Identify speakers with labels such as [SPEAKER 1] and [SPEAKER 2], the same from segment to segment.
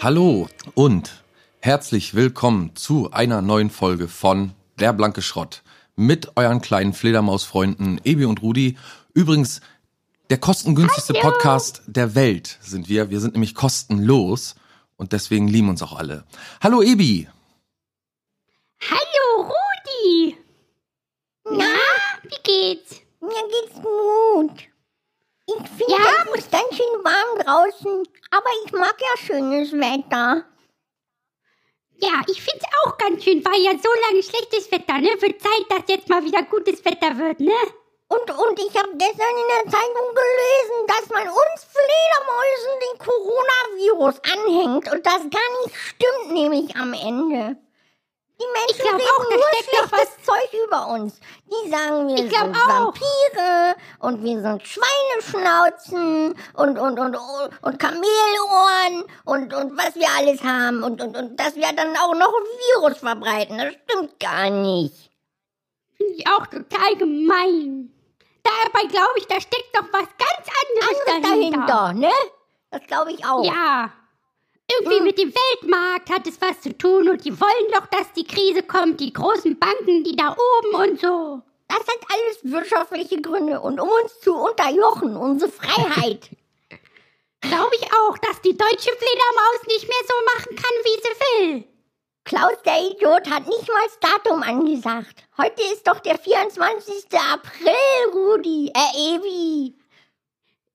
[SPEAKER 1] Hallo und herzlich willkommen zu einer neuen Folge von Der blanke Schrott mit euren kleinen Fledermausfreunden Ebi und Rudi. Übrigens, der kostengünstigste Podcast der Welt sind wir. Wir sind nämlich kostenlos und deswegen lieben uns auch alle. Hallo Ebi.
[SPEAKER 2] Hallo Rudi! Na, wie geht's?
[SPEAKER 3] Mir geht's gut. Ich finde,
[SPEAKER 2] Ja?
[SPEAKER 3] es ist ganz schön warm draußen, aber ich mag ja schönes Wetter.
[SPEAKER 2] Ja, ich find's auch ganz schön, war ja so lange schlechtes Wetter, ne? Wird Zeit, dass jetzt mal wieder gutes Wetter wird, ne?
[SPEAKER 3] Und, und ich habe gestern in der Zeitung gelesen, dass man uns Fledermäusen den Coronavirus anhängt. Und das gar nicht stimmt, nämlich am Ende. Die
[SPEAKER 2] Ich
[SPEAKER 3] Menschen
[SPEAKER 2] glaub
[SPEAKER 3] reden
[SPEAKER 2] auch, da
[SPEAKER 3] nur
[SPEAKER 2] steckt doch
[SPEAKER 3] schlechtes Zeug über uns. Die sagen, wir
[SPEAKER 2] Ich glaub
[SPEAKER 3] sind
[SPEAKER 2] auch.
[SPEAKER 3] Vampire und wir sind Schweineschnauzen und, und, und, und Kamelohren und, und was wir alles haben. Und, und, und dass wir dann auch noch ein Virus verbreiten. Das stimmt gar nicht.
[SPEAKER 2] Finde ich auch total gemein. Dabei glaube ich, da steckt doch was ganz anderes
[SPEAKER 3] Alles
[SPEAKER 2] dahinter.
[SPEAKER 3] dahinter, ne? Das glaube ich auch.
[SPEAKER 2] Ja. Irgendwie mit dem Weltmarkt hat es was zu tun und die wollen doch, dass die Krise kommt, die großen Banken, die da oben und so.
[SPEAKER 3] Das hat alles wirtschaftliche Gründe und um uns zu unterjochen, unsere Freiheit.
[SPEAKER 2] Glaube ich auch, dass die deutsche Fledermaus nicht mehr so machen kann, wie sie will.
[SPEAKER 3] Klaus der Idiot hat nicht mal das Datum angesagt. Heute ist doch der 24. April, Rudi. Äh, Evi.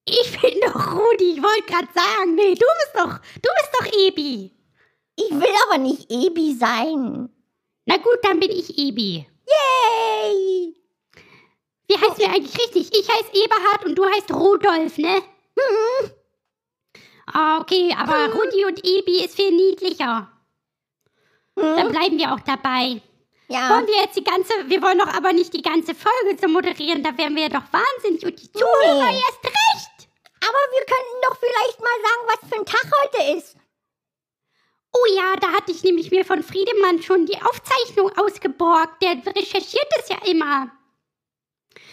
[SPEAKER 2] Ich bin doch Rudi, ich wollte gerade sagen, nee, du bist doch, du bist doch Ebi.
[SPEAKER 3] Ich will aber nicht Ebi sein.
[SPEAKER 2] Na gut, dann bin ich Ebi.
[SPEAKER 3] Hey.
[SPEAKER 2] Wie heißt wir eigentlich richtig? Ich heiße Eberhard und du heißt Rudolf, ne? Ah, okay, aber Rudi und Ebi ist viel niedlicher. Dann
[SPEAKER 3] Hm?
[SPEAKER 2] bleiben wir auch dabei.
[SPEAKER 3] Ja.
[SPEAKER 2] Wollen wir jetzt die ganze, wir wollen doch aber nicht die ganze Folge zu moderieren, da wären wir ja doch wahnsinnig und die Zuhörer
[SPEAKER 3] Nee.
[SPEAKER 2] erst recht.
[SPEAKER 3] Aber wir könnten doch vielleicht mal sagen, was für ein Tag heute ist.
[SPEAKER 2] Oh ja, da hatte ich nämlich mir von Friedemann schon die Aufzeichnung ausgeborgt. Der recherchiert es ja immer.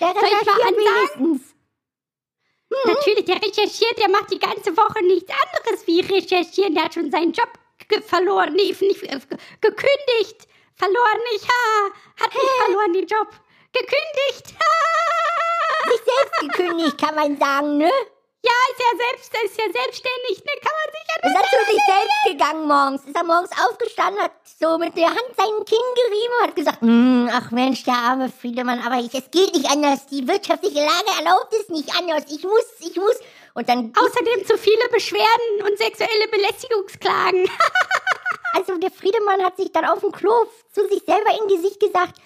[SPEAKER 3] Der
[SPEAKER 2] ich mal
[SPEAKER 3] recherchiert
[SPEAKER 2] ansagen?
[SPEAKER 3] wenigstens.
[SPEAKER 2] Natürlich, der recherchiert, der macht die ganze Woche nichts anderes wie recherchieren. Der hat schon seinen Job ge- verloren, nee, nicht äh, ge- gekündigt. Verloren nicht, ha, hat nicht verloren den Job. Gekündigt, ha.
[SPEAKER 3] Sich selbst gekündigt, kann man sagen, ne?
[SPEAKER 2] Ja, ist ja, selbst, ist ja selbstständig, ne? Kann man sich ja
[SPEAKER 3] Ist
[SPEAKER 2] nicht
[SPEAKER 3] er zu sich selbst gegangen morgens? Ist er morgens aufgestanden, hat so mit der Hand seinen Kinn gerieben und hat gesagt, "Mm, ach Mensch, der arme Friedemann, aber ich, es geht nicht anders. Die wirtschaftliche Lage erlaubt es nicht anders. Ich muss, ich muss. Und dann,
[SPEAKER 2] Außerdem zu viele Beschwerden und sexuelle Belästigungsklagen.
[SPEAKER 3] also der Friedemann hat sich dann auf dem Klo zu sich selber in Gesicht gesagt,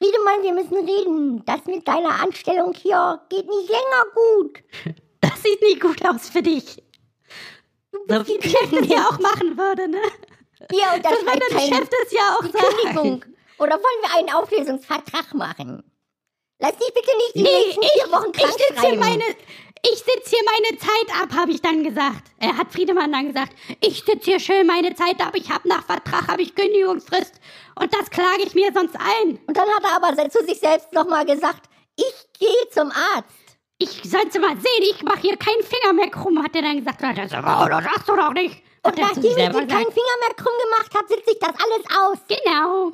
[SPEAKER 3] Friedemann, wir müssen reden. Das mit deiner Anstellung hier geht nicht länger gut.
[SPEAKER 2] Das sieht nicht gut aus für dich. So wie der Chef das ja auch machen würde, ne? Also
[SPEAKER 3] Hier
[SPEAKER 2] Das würde
[SPEAKER 3] unterschreibt
[SPEAKER 2] der
[SPEAKER 3] kein
[SPEAKER 2] Chef das ja auch sagen.
[SPEAKER 3] Kündigung. Oder wollen wir einen Auflösungsvertrag machen? Lass dich bitte nicht die
[SPEAKER 2] Nee,
[SPEAKER 3] nächsten vier Wochen
[SPEAKER 2] Ich
[SPEAKER 3] krank
[SPEAKER 2] sitze hier
[SPEAKER 3] schreiben.
[SPEAKER 2] meine, ich sitz hier meine Zeit ab, habe ich dann gesagt. Er hat Friedemann dann gesagt, ich sitze hier schön meine Zeit ab, ich habe nach Vertrag, habe ich Kündigungsfrist und das klage ich mir sonst ein.
[SPEAKER 3] Und dann hat er aber zu sich selbst nochmal gesagt, ich gehe zum Arzt.
[SPEAKER 2] Ich sollte mal sehen, ich mache hier keinen Finger mehr krumm, hat er dann gesagt. Na, Das, das hast du doch nicht. Hat
[SPEAKER 3] Und
[SPEAKER 2] er zu
[SPEAKER 3] nachdem
[SPEAKER 2] sich
[SPEAKER 3] ich
[SPEAKER 2] selber
[SPEAKER 3] ihm
[SPEAKER 2] gesagt.
[SPEAKER 3] keinen Finger mehr krumm gemacht habe, sitze ich das alles aus.
[SPEAKER 2] Genau.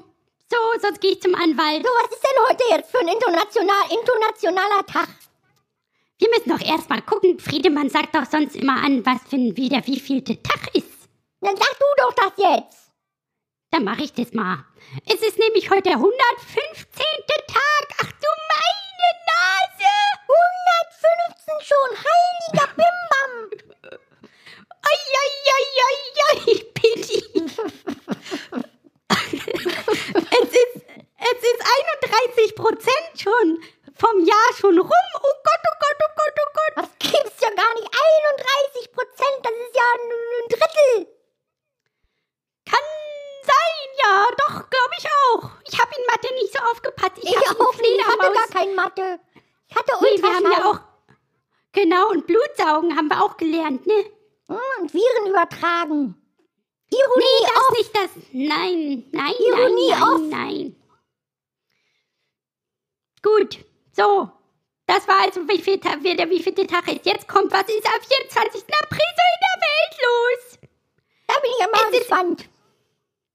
[SPEAKER 2] So, sonst gehe ich zum Anwalt.
[SPEAKER 3] So, was ist denn heute jetzt für ein international, internationaler Tag?
[SPEAKER 2] Wir müssen doch erstmal gucken. Friedemann sagt doch sonst immer an, was für ein wieder wievielte Tag ist.
[SPEAKER 3] Dann sag du doch das jetzt.
[SPEAKER 2] Dann mache ich das mal. Es ist nämlich heute der 115. Tag. Ach du meine Nase!
[SPEAKER 3] 115 schon, heiliger Bimbam.
[SPEAKER 2] Eieieiei, Pitti. es ist, es ist 31 Prozent schon vom Jahr schon rum. Oh Gott, oh Gott, oh Gott, oh Gott.
[SPEAKER 3] Das gibt's ja gar nicht. 31 Prozent, das ist ja ein, ein Drittel.
[SPEAKER 2] Kann sein, ja, doch, glaube ich auch. Ich habe in Mathe nicht so aufgepasst. Ich,
[SPEAKER 3] Ich
[SPEAKER 2] hab
[SPEAKER 3] auch nicht, ich hatte
[SPEAKER 2] Fledermaus.
[SPEAKER 3] gar kein Mathe. Ich hatte
[SPEAKER 2] Nee, wir haben ja
[SPEAKER 3] Ultraschall
[SPEAKER 2] auch. Genau, und Blutsaugen haben wir auch gelernt, ne?
[SPEAKER 3] und Viren übertragen. Ironie
[SPEAKER 2] Nee, das
[SPEAKER 3] auf.
[SPEAKER 2] nicht das. Nein, nein,
[SPEAKER 3] Ironie
[SPEAKER 2] nein,
[SPEAKER 3] off.
[SPEAKER 2] nein, nein. Gut, so. Das war also, wie viel, Ta- wie, der- wie viel Tag ist. Jetzt kommt, was ist am 24. April so in der Welt los?
[SPEAKER 3] Da bin ich immer
[SPEAKER 2] Es ist-
[SPEAKER 3] gespannt.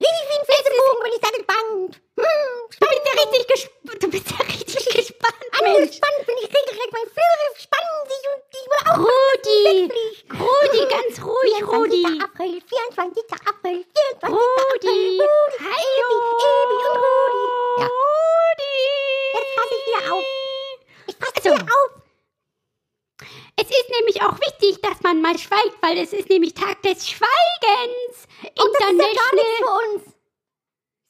[SPEAKER 3] Richtig wie ein Flitzebogen bin ich da gespannt. Hm,
[SPEAKER 2] Du bist ja richtig, gesp du bist ja richtig gespannt, Mensch.
[SPEAKER 3] angespannt bin ich regelrecht. Meine Flügel spannen sich und ich will auch
[SPEAKER 2] Rudi,
[SPEAKER 3] plötzlich.
[SPEAKER 2] Rudi, ganz ruhig, Rudi.
[SPEAKER 3] April, 24. April, 24.
[SPEAKER 2] Rudi,
[SPEAKER 3] April. Rudi,
[SPEAKER 2] hallo.
[SPEAKER 3] Ebi und Rudi. Ja.
[SPEAKER 2] Rudi.
[SPEAKER 3] Jetzt passe ich wieder auf. Ich passe
[SPEAKER 2] Also.
[SPEAKER 3] wieder auf.
[SPEAKER 2] Es ist nämlich auch wichtig, dass man mal schweigt, weil es ist nämlich Tag des Schweigens.
[SPEAKER 3] Und das ist ja gar nichts
[SPEAKER 2] International,
[SPEAKER 3] für uns.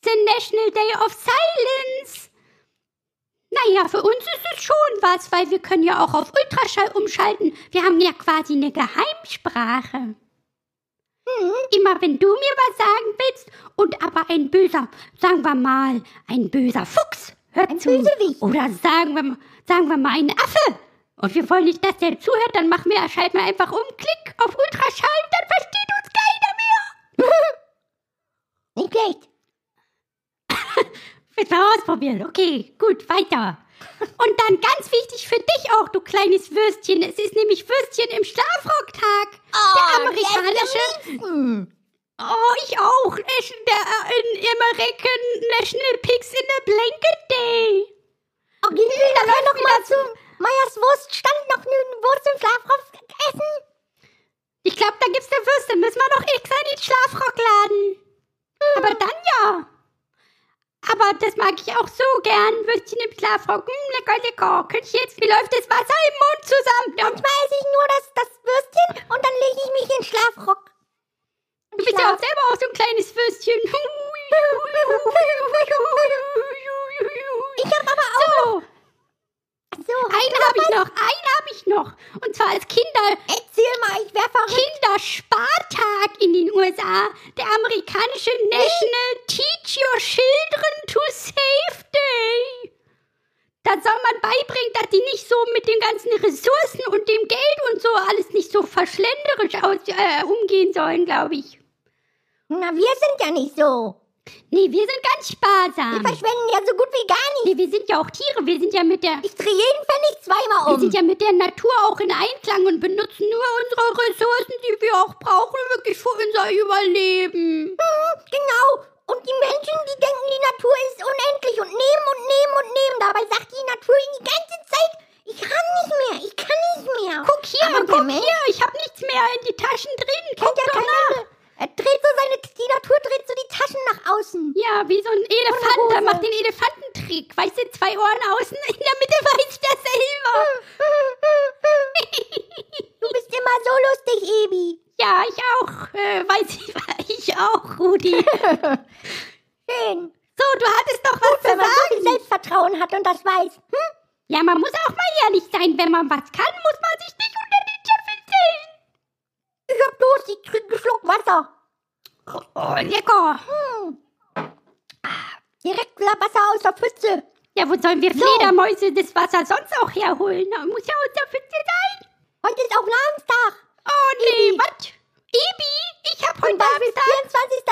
[SPEAKER 2] International Day of Silence. Naja, für uns ist es schon was, weil wir können ja auch auf Ultraschall umschalten. Wir haben ja quasi eine Geheimsprache. Immer wenn du mir was sagen willst und aber ein böser, sagen wir mal, ein böser Fuchs hört
[SPEAKER 3] Ein
[SPEAKER 2] zu.
[SPEAKER 3] Bösewicht.
[SPEAKER 2] Oder sagen wir, mal- sagen wir mal ein Affe. Und wir wollen nicht, dass der zuhört, dann machen wir, schalten wir einfach um, klick auf Ultraschall und dann versteht uns keiner mehr.
[SPEAKER 3] Nicht schlecht.
[SPEAKER 2] Wird mal ausprobieren. Okay, gut, weiter. Und dann ganz wichtig für dich auch, du kleines Würstchen. Es ist nämlich Würstchen im Schlafrocktag.
[SPEAKER 3] Oh,
[SPEAKER 2] der amerikanische.
[SPEAKER 3] Hm.
[SPEAKER 2] Oh, ich auch. Es- Der äh, in American National Pigs in a Blanket Day.
[SPEAKER 3] Okay, dann
[SPEAKER 2] läuft
[SPEAKER 3] hör Oh, doch mal
[SPEAKER 2] wieder-
[SPEAKER 3] zu. Meyers Wurststand noch eine Wurst im Schlafrock essen.
[SPEAKER 2] Ich glaube, da gibt's eine Würste. Müssen wir noch extra in den Schlafrock laden. Aber dann ja. Aber das mag ich auch so gern. Würstchen im Schlafrock. Mm, lecker, lecker. Könnt ich jetzt, wie läuft das Wasser im Mund zusammen? Und
[SPEAKER 3] Weiß ich nur das, das Würstchen und dann lege ich mich in den Schlafrock.
[SPEAKER 2] Du bist ja auch selber auch so ein kleines Würstchen.
[SPEAKER 3] Ich habe aber auch
[SPEAKER 2] So,
[SPEAKER 3] so.
[SPEAKER 2] einen habe ich noch, einen habe ich noch. Und zwar als Kinder,
[SPEAKER 3] Erzähl mal, ich wäre verrückt.
[SPEAKER 2] Kinderspartag in den USA. Der amerikanische National Teach Your Children to Save Day. Da soll man beibringen, dass die nicht so mit den ganzen Ressourcen und dem Geld und so alles nicht so verschlenderisch aus, äh, umgehen sollen, glaube ich.
[SPEAKER 3] Na, wir sind ja nicht so.
[SPEAKER 2] Nee, wir sind ganz sparsam.
[SPEAKER 3] Wir verschwenden ja so gut wie gar nicht.
[SPEAKER 2] Nee, wir sind ja auch Tiere. Wir sind ja mit der,
[SPEAKER 3] Ich drehe jeden Pfennig zweimal
[SPEAKER 2] wir
[SPEAKER 3] um.
[SPEAKER 2] sind ja mit der Natur auch in Einklang und benutzen nur unsere Ressourcen, die wir auch brauchen, wirklich für unser Überleben.
[SPEAKER 3] Genau. Und die Menschen, die denken, die Natur ist unendlich und nehmen und nehmen und nehmen. Dabei sagt die Natur ihnen die ganze Zeit, ich kann nicht mehr, ich kann nicht mehr.
[SPEAKER 2] Guck hier,
[SPEAKER 3] Aber der
[SPEAKER 2] guck
[SPEAKER 3] Mensch
[SPEAKER 2] hier. Ich habe nichts mehr in die Taschen drin. Guck
[SPEAKER 3] kennt ja
[SPEAKER 2] doch nach.
[SPEAKER 3] keine. Er dreht so seine, die Natur dreht so die Taschen nach außen.
[SPEAKER 2] Ja, wie so ein Elefant.
[SPEAKER 3] Ohne
[SPEAKER 2] Der
[SPEAKER 3] Hose.
[SPEAKER 2] macht den Elefantentrick. Weißt du, zwei Ohren außen, in der Mitte weiß ich das selber.
[SPEAKER 3] Du bist immer so lustig, Ebi.
[SPEAKER 2] Ja, ich auch. Äh, weiß ich, ich auch, Rudi.
[SPEAKER 3] Schön.
[SPEAKER 2] So, du hattest doch was
[SPEAKER 3] Wenn
[SPEAKER 2] zu
[SPEAKER 3] man so viel
[SPEAKER 2] sagen.
[SPEAKER 3] Selbstvertrauen hat und das weiß. Hm?
[SPEAKER 2] Ja, man muss auch mal ehrlich sein. Wenn man was kann, muss man sich nicht unter die Scheffel stellen.
[SPEAKER 3] Ich hab Durst, ich krieg einen Schluck Wasser.
[SPEAKER 2] Oh, lecker.
[SPEAKER 3] Direkt wieder Wasser aus der Pfütze.
[SPEAKER 2] Ja, wo sollen wir Fledermäuse das Wasser sonst auch herholen? Da muss ja unser Fitze sein.
[SPEAKER 3] Heute ist auch Namenstag.
[SPEAKER 2] Oh, nee, was? Ebi, ich hab
[SPEAKER 3] Zum
[SPEAKER 2] heute
[SPEAKER 3] Beispiel
[SPEAKER 2] Abend da...
[SPEAKER 3] 24.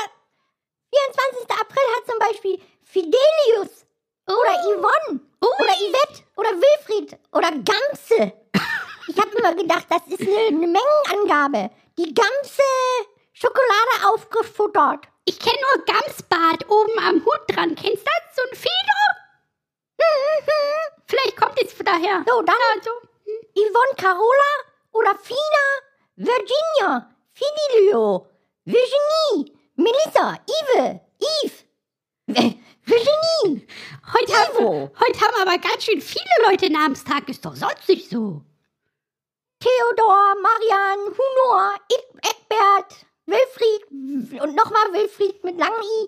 [SPEAKER 3] 24. April hat zum Beispiel Fidelius oder
[SPEAKER 2] Oh.
[SPEAKER 3] Yvonne oder Yvette oder Wilfried oder Gamse. Ich habe immer gedacht, das ist eine, eine Mengenangabe. Die ganze Schokolade aufgefuttert.
[SPEAKER 2] Ich kenne nur Gamsbart oben am Hut dran. Kennst du das? So ein Feder? Mhm. Vielleicht kommt es daher.
[SPEAKER 3] So, dann
[SPEAKER 2] Also,
[SPEAKER 3] Yvonne Carola oder Fina, Virginia, Fidelio, Virginie, Melissa, Ive, Yves, Virginie.
[SPEAKER 2] heute haben,
[SPEAKER 3] Ivo.
[SPEAKER 2] heute haben aber ganz schön viele Leute Namenstag. Ist doch sonst nicht so.
[SPEAKER 3] Theodor, Marian, Hunor, Ed- Eckbert, Wilfried und nochmal Wilfried mit langem I,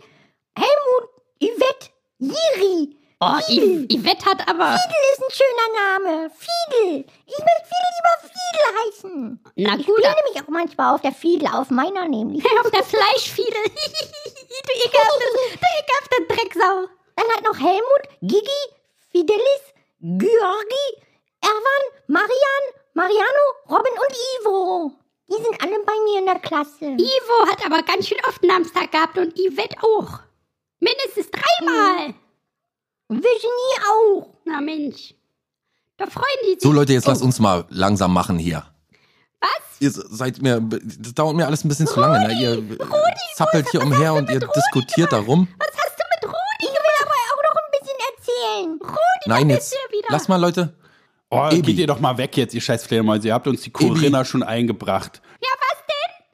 [SPEAKER 3] Helmut, Yvette, Jiri.
[SPEAKER 2] Oh,
[SPEAKER 3] Fiedel.
[SPEAKER 2] Yv- Yvette hat aber...
[SPEAKER 3] Fiedel ist ein schöner Name. Fiedel. Ich will viel lieber Fiedel heißen.
[SPEAKER 2] Na
[SPEAKER 3] Ich
[SPEAKER 2] gut,
[SPEAKER 3] spiele nämlich auch manchmal auf der Fiedel, auf meiner nämlich.
[SPEAKER 2] auf der Fleischfiedel. du ekelhafte, du ekelhafte Drecksau.
[SPEAKER 3] Dann hat noch Helmut, Gigi, Fidelis, Georgi, Erwan, Marian, Mariano, Robin und Ivo. Die sind alle bei mir in der Klasse.
[SPEAKER 2] Ivo hat aber ganz schön oft Namenstag gehabt und Yvette auch. Mindestens dreimal.
[SPEAKER 3] Virginie auch.
[SPEAKER 2] Na Mensch. Da freuen die sich. Oh
[SPEAKER 1] So Leute, jetzt lasst uns mal langsam machen hier.
[SPEAKER 2] Was?
[SPEAKER 1] Ihr seid mir, das dauert mir alles ein bisschen zu lange. Ne? Ihr äh, zappelt hier umher und ihr diskutiert darum.
[SPEAKER 2] Was hast du mit Rudi?
[SPEAKER 3] Ich will aber auch noch ein bisschen erzählen.
[SPEAKER 2] Rudi,
[SPEAKER 1] Nein,
[SPEAKER 2] da
[SPEAKER 1] jetzt,
[SPEAKER 2] bist du ja wieder.
[SPEAKER 1] lass mal Leute.
[SPEAKER 4] Oh,
[SPEAKER 1] Ebi.
[SPEAKER 4] geht ihr doch mal weg jetzt, ihr scheiß Fledermäuse. Ihr habt uns die Corinna schon eingebracht.
[SPEAKER 2] Ja, was denn?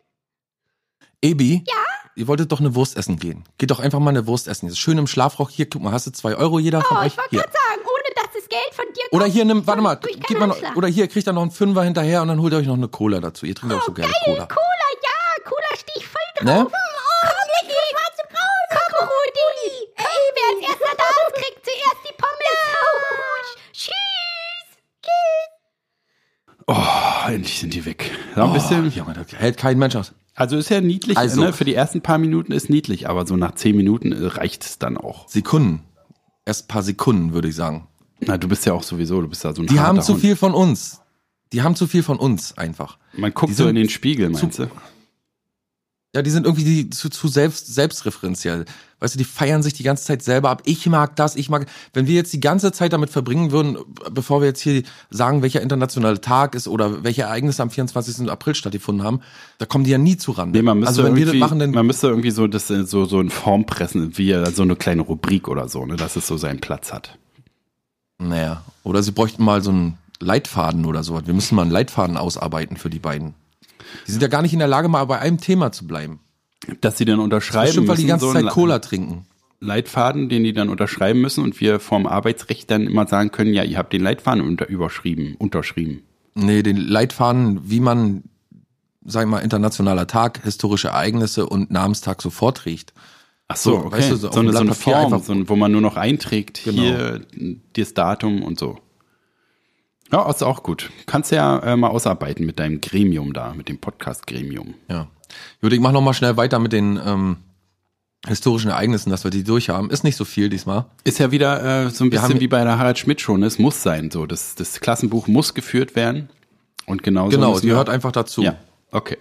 [SPEAKER 1] Ebi, ja? ihr wolltet doch eine Wurst essen gehen. Geht doch einfach mal eine Wurst essen. Jetzt schön im Schlafrock. Hier, guck mal, hast du zwei Euro jeder von
[SPEAKER 2] Oh,
[SPEAKER 1] euch?
[SPEAKER 2] ich wollte
[SPEAKER 1] Hier.
[SPEAKER 2] gerade sagen, ohne dass das Geld von dir kommt.
[SPEAKER 1] Oder hier, nimm, warte mal,
[SPEAKER 2] Du, ich kann
[SPEAKER 1] gib mal noch,
[SPEAKER 2] anschlagen.
[SPEAKER 1] oder hier, kriegt ihr noch einen Fünfer hinterher und dann holt ihr euch noch eine Cola dazu. Ihr trinkt auch so gerne Cola.
[SPEAKER 2] Cola, ja, Cola stehe ich voll drauf.
[SPEAKER 1] Ne?
[SPEAKER 2] Oh, lecker, schwarze Brause. Komm, Rudi. Ey, wer als erster da ist, kriegt zuerst die Pommes. Ja. Tschüss.
[SPEAKER 4] Oh, endlich sind die weg. So ein bisschen.
[SPEAKER 1] Junge, da hält kein Mensch aus.
[SPEAKER 4] Also ist ja niedlich,
[SPEAKER 1] Oh. Also.
[SPEAKER 4] ne? Für die ersten paar Minuten ist niedlich, aber so nach zehn Minuten äh, reicht es dann auch.
[SPEAKER 1] Sekunden. Erst ein paar Sekunden, würde ich sagen.
[SPEAKER 4] Na, du bist ja auch sowieso, du bist da so ein
[SPEAKER 1] Die haben
[SPEAKER 4] harter
[SPEAKER 1] zu
[SPEAKER 4] Hund.
[SPEAKER 1] viel von uns. Die haben zu viel von uns einfach.
[SPEAKER 4] Man guckt
[SPEAKER 1] Die
[SPEAKER 4] so
[SPEAKER 1] sind
[SPEAKER 4] in den Spiegel,
[SPEAKER 1] zu-
[SPEAKER 4] meinst du?
[SPEAKER 1] Ja, die sind irgendwie die, zu, zu selbst, selbstreferenziell. Weißt du, die feiern sich die ganze Zeit selber ab. Ich mag das, ich mag. Wenn wir jetzt die ganze Zeit damit verbringen würden, bevor wir jetzt hier sagen, welcher internationale Tag ist oder welche Ereignisse am 24. April stattgefunden haben, da kommen die ja nie zu ran.
[SPEAKER 4] Nee, man müsste
[SPEAKER 1] also wenn wir das
[SPEAKER 4] irgendwie-
[SPEAKER 1] machen, dann
[SPEAKER 4] man müsste irgendwie so das äh, so so in Form pressen, wie äh, so eine kleine Rubrik oder so, ne, dass es so seinen Platz hat.
[SPEAKER 1] Naja, oder sie bräuchten mal so einen Leitfaden oder sowas. Wir müssen mal einen Leitfaden ausarbeiten für die beiden. Die sind ja gar nicht in der Lage, mal bei einem Thema zu bleiben.
[SPEAKER 4] Dass sie dann unterschreiben
[SPEAKER 1] Bestimmt, weil
[SPEAKER 4] müssen,
[SPEAKER 1] die ganze
[SPEAKER 4] so einen
[SPEAKER 1] Zeit Cola trinken.
[SPEAKER 4] Leitfaden, den die dann unterschreiben müssen und wir vom Arbeitsrecht dann immer sagen können, ja, ihr habt den Leitfaden unter überschrieben, unterschrieben.
[SPEAKER 1] Nee, den Leitfaden, wie man, sag ich mal, internationaler Tag, historische Ereignisse und Namenstag so vorträgt.
[SPEAKER 4] Ach
[SPEAKER 1] so, weißt du, so
[SPEAKER 4] so,
[SPEAKER 1] auf dem
[SPEAKER 4] eine,
[SPEAKER 1] Blatt
[SPEAKER 4] so eine
[SPEAKER 1] Papier
[SPEAKER 4] Form,
[SPEAKER 1] einfach-
[SPEAKER 4] so ein, wo man nur noch einträgt,
[SPEAKER 1] Genau.
[SPEAKER 4] hier das Datum und so. Ja, ist auch gut. Kannst ja äh, mal ausarbeiten mit deinem Gremium da, mit dem Podcast-Gremium.
[SPEAKER 1] Ja. Judith, ich mach noch mal schnell weiter mit den ähm, historischen Ereignissen, dass wir die durchhaben. Ist nicht so viel diesmal.
[SPEAKER 4] Ist ja wieder äh, so ein bisschen
[SPEAKER 1] haben-
[SPEAKER 4] wie bei der Harald Schmidt schon. Es muss sein. So, das, das Klassenbuch muss geführt werden. Und genauso
[SPEAKER 1] genau,
[SPEAKER 4] müssen
[SPEAKER 1] es
[SPEAKER 4] wir-
[SPEAKER 1] gehört einfach dazu.
[SPEAKER 4] Ja, okay.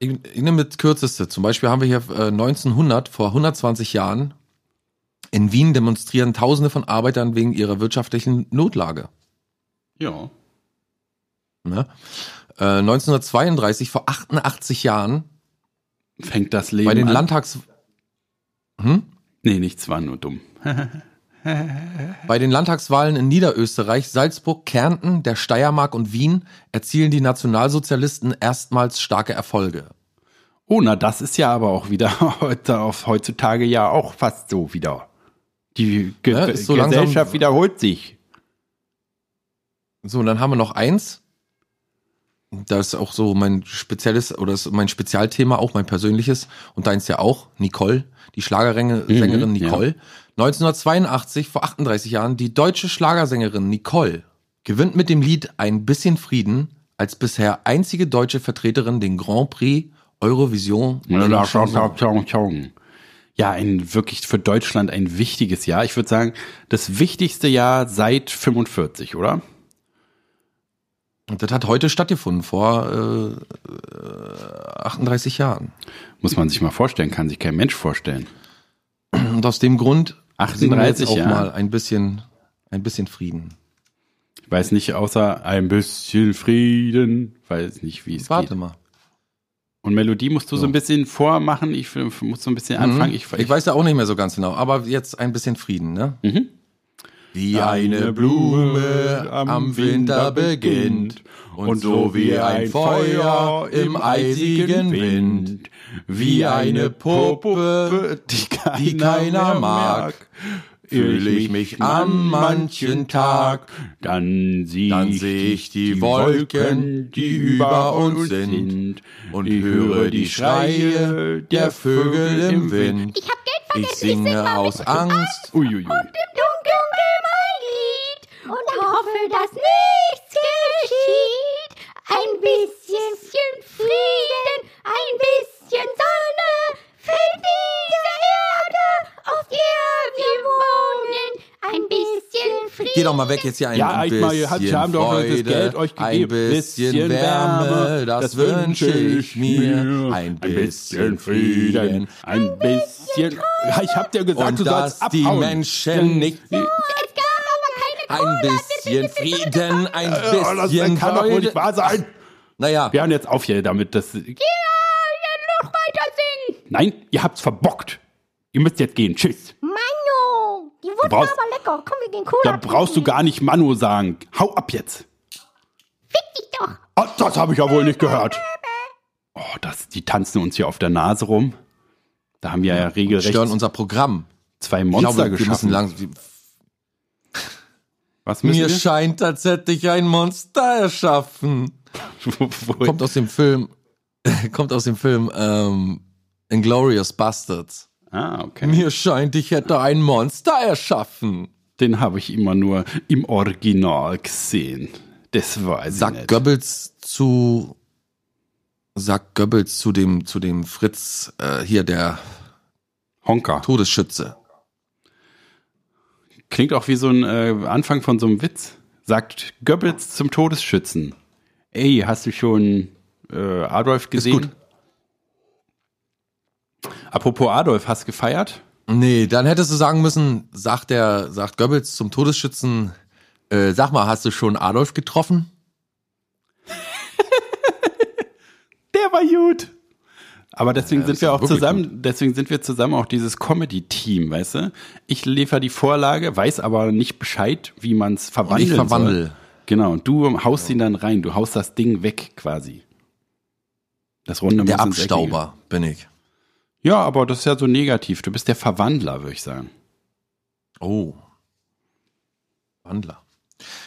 [SPEAKER 1] Ich, ich nehme das kürzeste. Zum Beispiel haben wir hier äh, 1900, vor 120 Jahren, in Wien demonstrieren Tausende von Arbeitern wegen ihrer wirtschaftlichen Notlage.
[SPEAKER 4] Ja.
[SPEAKER 1] Ne? Äh, 1932, vor 88 Jahren,
[SPEAKER 4] Fängt das Leben
[SPEAKER 1] bei den
[SPEAKER 4] an.
[SPEAKER 1] Landtags... Hm?
[SPEAKER 4] Nee, nichts war nur dumm.
[SPEAKER 1] Bei den Landtagswahlen in Niederösterreich, Salzburg, Kärnten, der Steiermark und Wien erzielen die Nationalsozialisten erstmals starke Erfolge.
[SPEAKER 4] Oh, na, das ist ja aber auch wieder heute, auf heutzutage ja auch fast so wieder. Die Ge
[SPEAKER 1] Ja, ist so langsam-
[SPEAKER 4] Gesellschaft wiederholt sich.
[SPEAKER 1] So, und dann haben wir noch eins. Da ist auch so mein spezielles oder ist mein Spezialthema, auch mein persönliches und deins ja auch, Nicole, die Schlagersängerin
[SPEAKER 4] Mhm, ja.
[SPEAKER 1] Nicole. 1982, vor 38 Jahren, die deutsche Schlagersängerin Nicole gewinnt mit dem Lied Ein bisschen Frieden als bisher einzige deutsche Vertreterin den Grand Prix Eurovision.
[SPEAKER 4] Ja,
[SPEAKER 1] in
[SPEAKER 4] da-
[SPEAKER 1] Chanson.
[SPEAKER 4] da- da- da- Ja, ein wirklich für Deutschland ein wichtiges Jahr. Ich würde sagen, das wichtigste Jahr seit 45, oder?
[SPEAKER 1] Und das hat heute stattgefunden, vor äh, äh, 38 Jahren.
[SPEAKER 4] Muss man sich mal vorstellen, kann sich kein Mensch vorstellen.
[SPEAKER 1] Und aus dem Grund singen wir jetzt
[SPEAKER 4] 38
[SPEAKER 1] auch
[SPEAKER 4] Jahre.
[SPEAKER 1] mal ein bisschen, ein bisschen Frieden.
[SPEAKER 4] Ich weiß nicht, außer ein bisschen Frieden, weiß nicht, wie es
[SPEAKER 1] Warte
[SPEAKER 4] geht.
[SPEAKER 1] mal.
[SPEAKER 4] Und Melodie musst du so ein bisschen vormachen, ich f- muss so ein bisschen anfangen. Ich,
[SPEAKER 1] Mhm. Hm? Ich weiß ja auch nicht mehr so ganz genau, aber jetzt ein bisschen Frieden, ne? Wie
[SPEAKER 4] Mhm. eine Blume am Winter beginnt und so wie ein Feuer im eisigen Wind, wie eine Puppe, die keiner,
[SPEAKER 1] die keiner
[SPEAKER 4] mag,
[SPEAKER 1] mag,
[SPEAKER 4] fühle ich mich an manchen Tag, dann sehe
[SPEAKER 1] Dann
[SPEAKER 4] ich,
[SPEAKER 1] seh ich
[SPEAKER 4] die Wolken, die über uns sind, und ich höre die Schreie der Vögel im Wind.
[SPEAKER 2] Ich hab Geld
[SPEAKER 1] Ich
[SPEAKER 2] vergessen. Ich, sing
[SPEAKER 1] singe
[SPEAKER 2] mal
[SPEAKER 1] aus Angst.
[SPEAKER 4] Uiuiui.
[SPEAKER 2] im Dunkeln mein Lied und hoffe, dass nichts geschieht. Ein bisschen Frieden, ein bisschen Sonne für diese Erde, auf der wir wohnen. Ein bisschen Frieden.
[SPEAKER 1] Geh doch mal weg jetzt hier ein
[SPEAKER 4] Ja, ich
[SPEAKER 1] bisschen
[SPEAKER 4] mal, hat- wir haben doch das
[SPEAKER 1] Freude,
[SPEAKER 4] Geld euch
[SPEAKER 1] ein
[SPEAKER 4] gegeben.
[SPEAKER 1] bisschen,
[SPEAKER 4] Bisschen
[SPEAKER 1] Wärme,
[SPEAKER 4] Wärme,
[SPEAKER 1] das,
[SPEAKER 4] das
[SPEAKER 1] wünsche
[SPEAKER 4] wünsche
[SPEAKER 1] ich
[SPEAKER 4] ich
[SPEAKER 1] mir, ein
[SPEAKER 4] mir. Ein
[SPEAKER 1] bisschen Frieden.
[SPEAKER 4] Ein bisschen. Ja, Ich hab dir gesagt,
[SPEAKER 1] Und
[SPEAKER 4] du sollst
[SPEAKER 1] dass die
[SPEAKER 4] abhauen.
[SPEAKER 1] Menschen nicht-
[SPEAKER 4] Ja,
[SPEAKER 2] Es gab aber keine
[SPEAKER 1] Ein bisschen Frieden, ein
[SPEAKER 4] das
[SPEAKER 1] bisschen
[SPEAKER 4] kann doch wohl nicht
[SPEAKER 1] Freude.
[SPEAKER 4] wahr sein.
[SPEAKER 1] Naja,
[SPEAKER 4] Wir hören jetzt auf hier damit. Das,
[SPEAKER 2] Noch weiter singen.
[SPEAKER 4] nein, ihr habt's verbockt. Ihr müsst jetzt gehen. Tschüss.
[SPEAKER 3] Manu, die wurden
[SPEAKER 4] brauchst-
[SPEAKER 3] aber lecker. Komm, wir gehen Cola
[SPEAKER 4] Da brauchst du gar nicht Manu sagen. Hau ab jetzt.
[SPEAKER 2] Fick dich doch.
[SPEAKER 4] Ah, das habe ich ja wohl nicht gehört. Oh, das, die tanzen uns hier auf der Nase rum. Da haben wir ja regelrecht
[SPEAKER 1] stören unser Programm.
[SPEAKER 4] zwei
[SPEAKER 1] Ich
[SPEAKER 4] Monster
[SPEAKER 1] glaube, wir müssen
[SPEAKER 4] geschaffen.
[SPEAKER 1] langsam.
[SPEAKER 4] Was müssen
[SPEAKER 1] Mir
[SPEAKER 4] wir?
[SPEAKER 1] scheint, als hätte ich ein Monster erschaffen.
[SPEAKER 4] Wo-
[SPEAKER 1] Kommt aus dem Film, kommt aus dem Film ähm, Inglorious Bastards.
[SPEAKER 4] ah, okay.
[SPEAKER 1] Mir scheint, ich hätte ein Monster erschaffen.
[SPEAKER 4] Den habe ich immer nur im Original gesehen. Das weiß ich
[SPEAKER 1] Sagt
[SPEAKER 4] nicht.
[SPEAKER 1] Goebbels zu sagt Goebbels zu dem zu dem Fritz äh, hier der
[SPEAKER 4] Honka.
[SPEAKER 1] Todesschütze.
[SPEAKER 4] Klingt auch wie so ein äh, Anfang von so einem Witz. Sagt Goebbels zum Todesschützen. Ey, hast du schon äh, Adolf gesehen?
[SPEAKER 1] gut.
[SPEAKER 4] Apropos Adolf, hast gefeiert?
[SPEAKER 1] Nee, dann hättest du sagen müssen, sagt der sagt Goebbels zum Todesschützen, äh, sag mal, hast du schon Adolf getroffen?
[SPEAKER 4] Der war gut. Aber deswegen sind
[SPEAKER 1] ist ja
[SPEAKER 4] wir auch
[SPEAKER 1] wirklich
[SPEAKER 4] zusammen, deswegen sind wir zusammen auch dieses Comedy-Team, weißt du? Ich liefere die Vorlage, weiß aber nicht Bescheid, wie man es verwandeln
[SPEAKER 1] ich verwandel.
[SPEAKER 4] soll. Genau, und du haust ihn dann rein, du haust das Ding weg quasi. Das Runde
[SPEAKER 1] Der
[SPEAKER 4] muss ins Eckige.
[SPEAKER 1] Abstauber bin ich.
[SPEAKER 4] Ja, aber das ist ja so negativ. Du bist der Verwandler, würde ich sagen.
[SPEAKER 1] Oh. Wandler.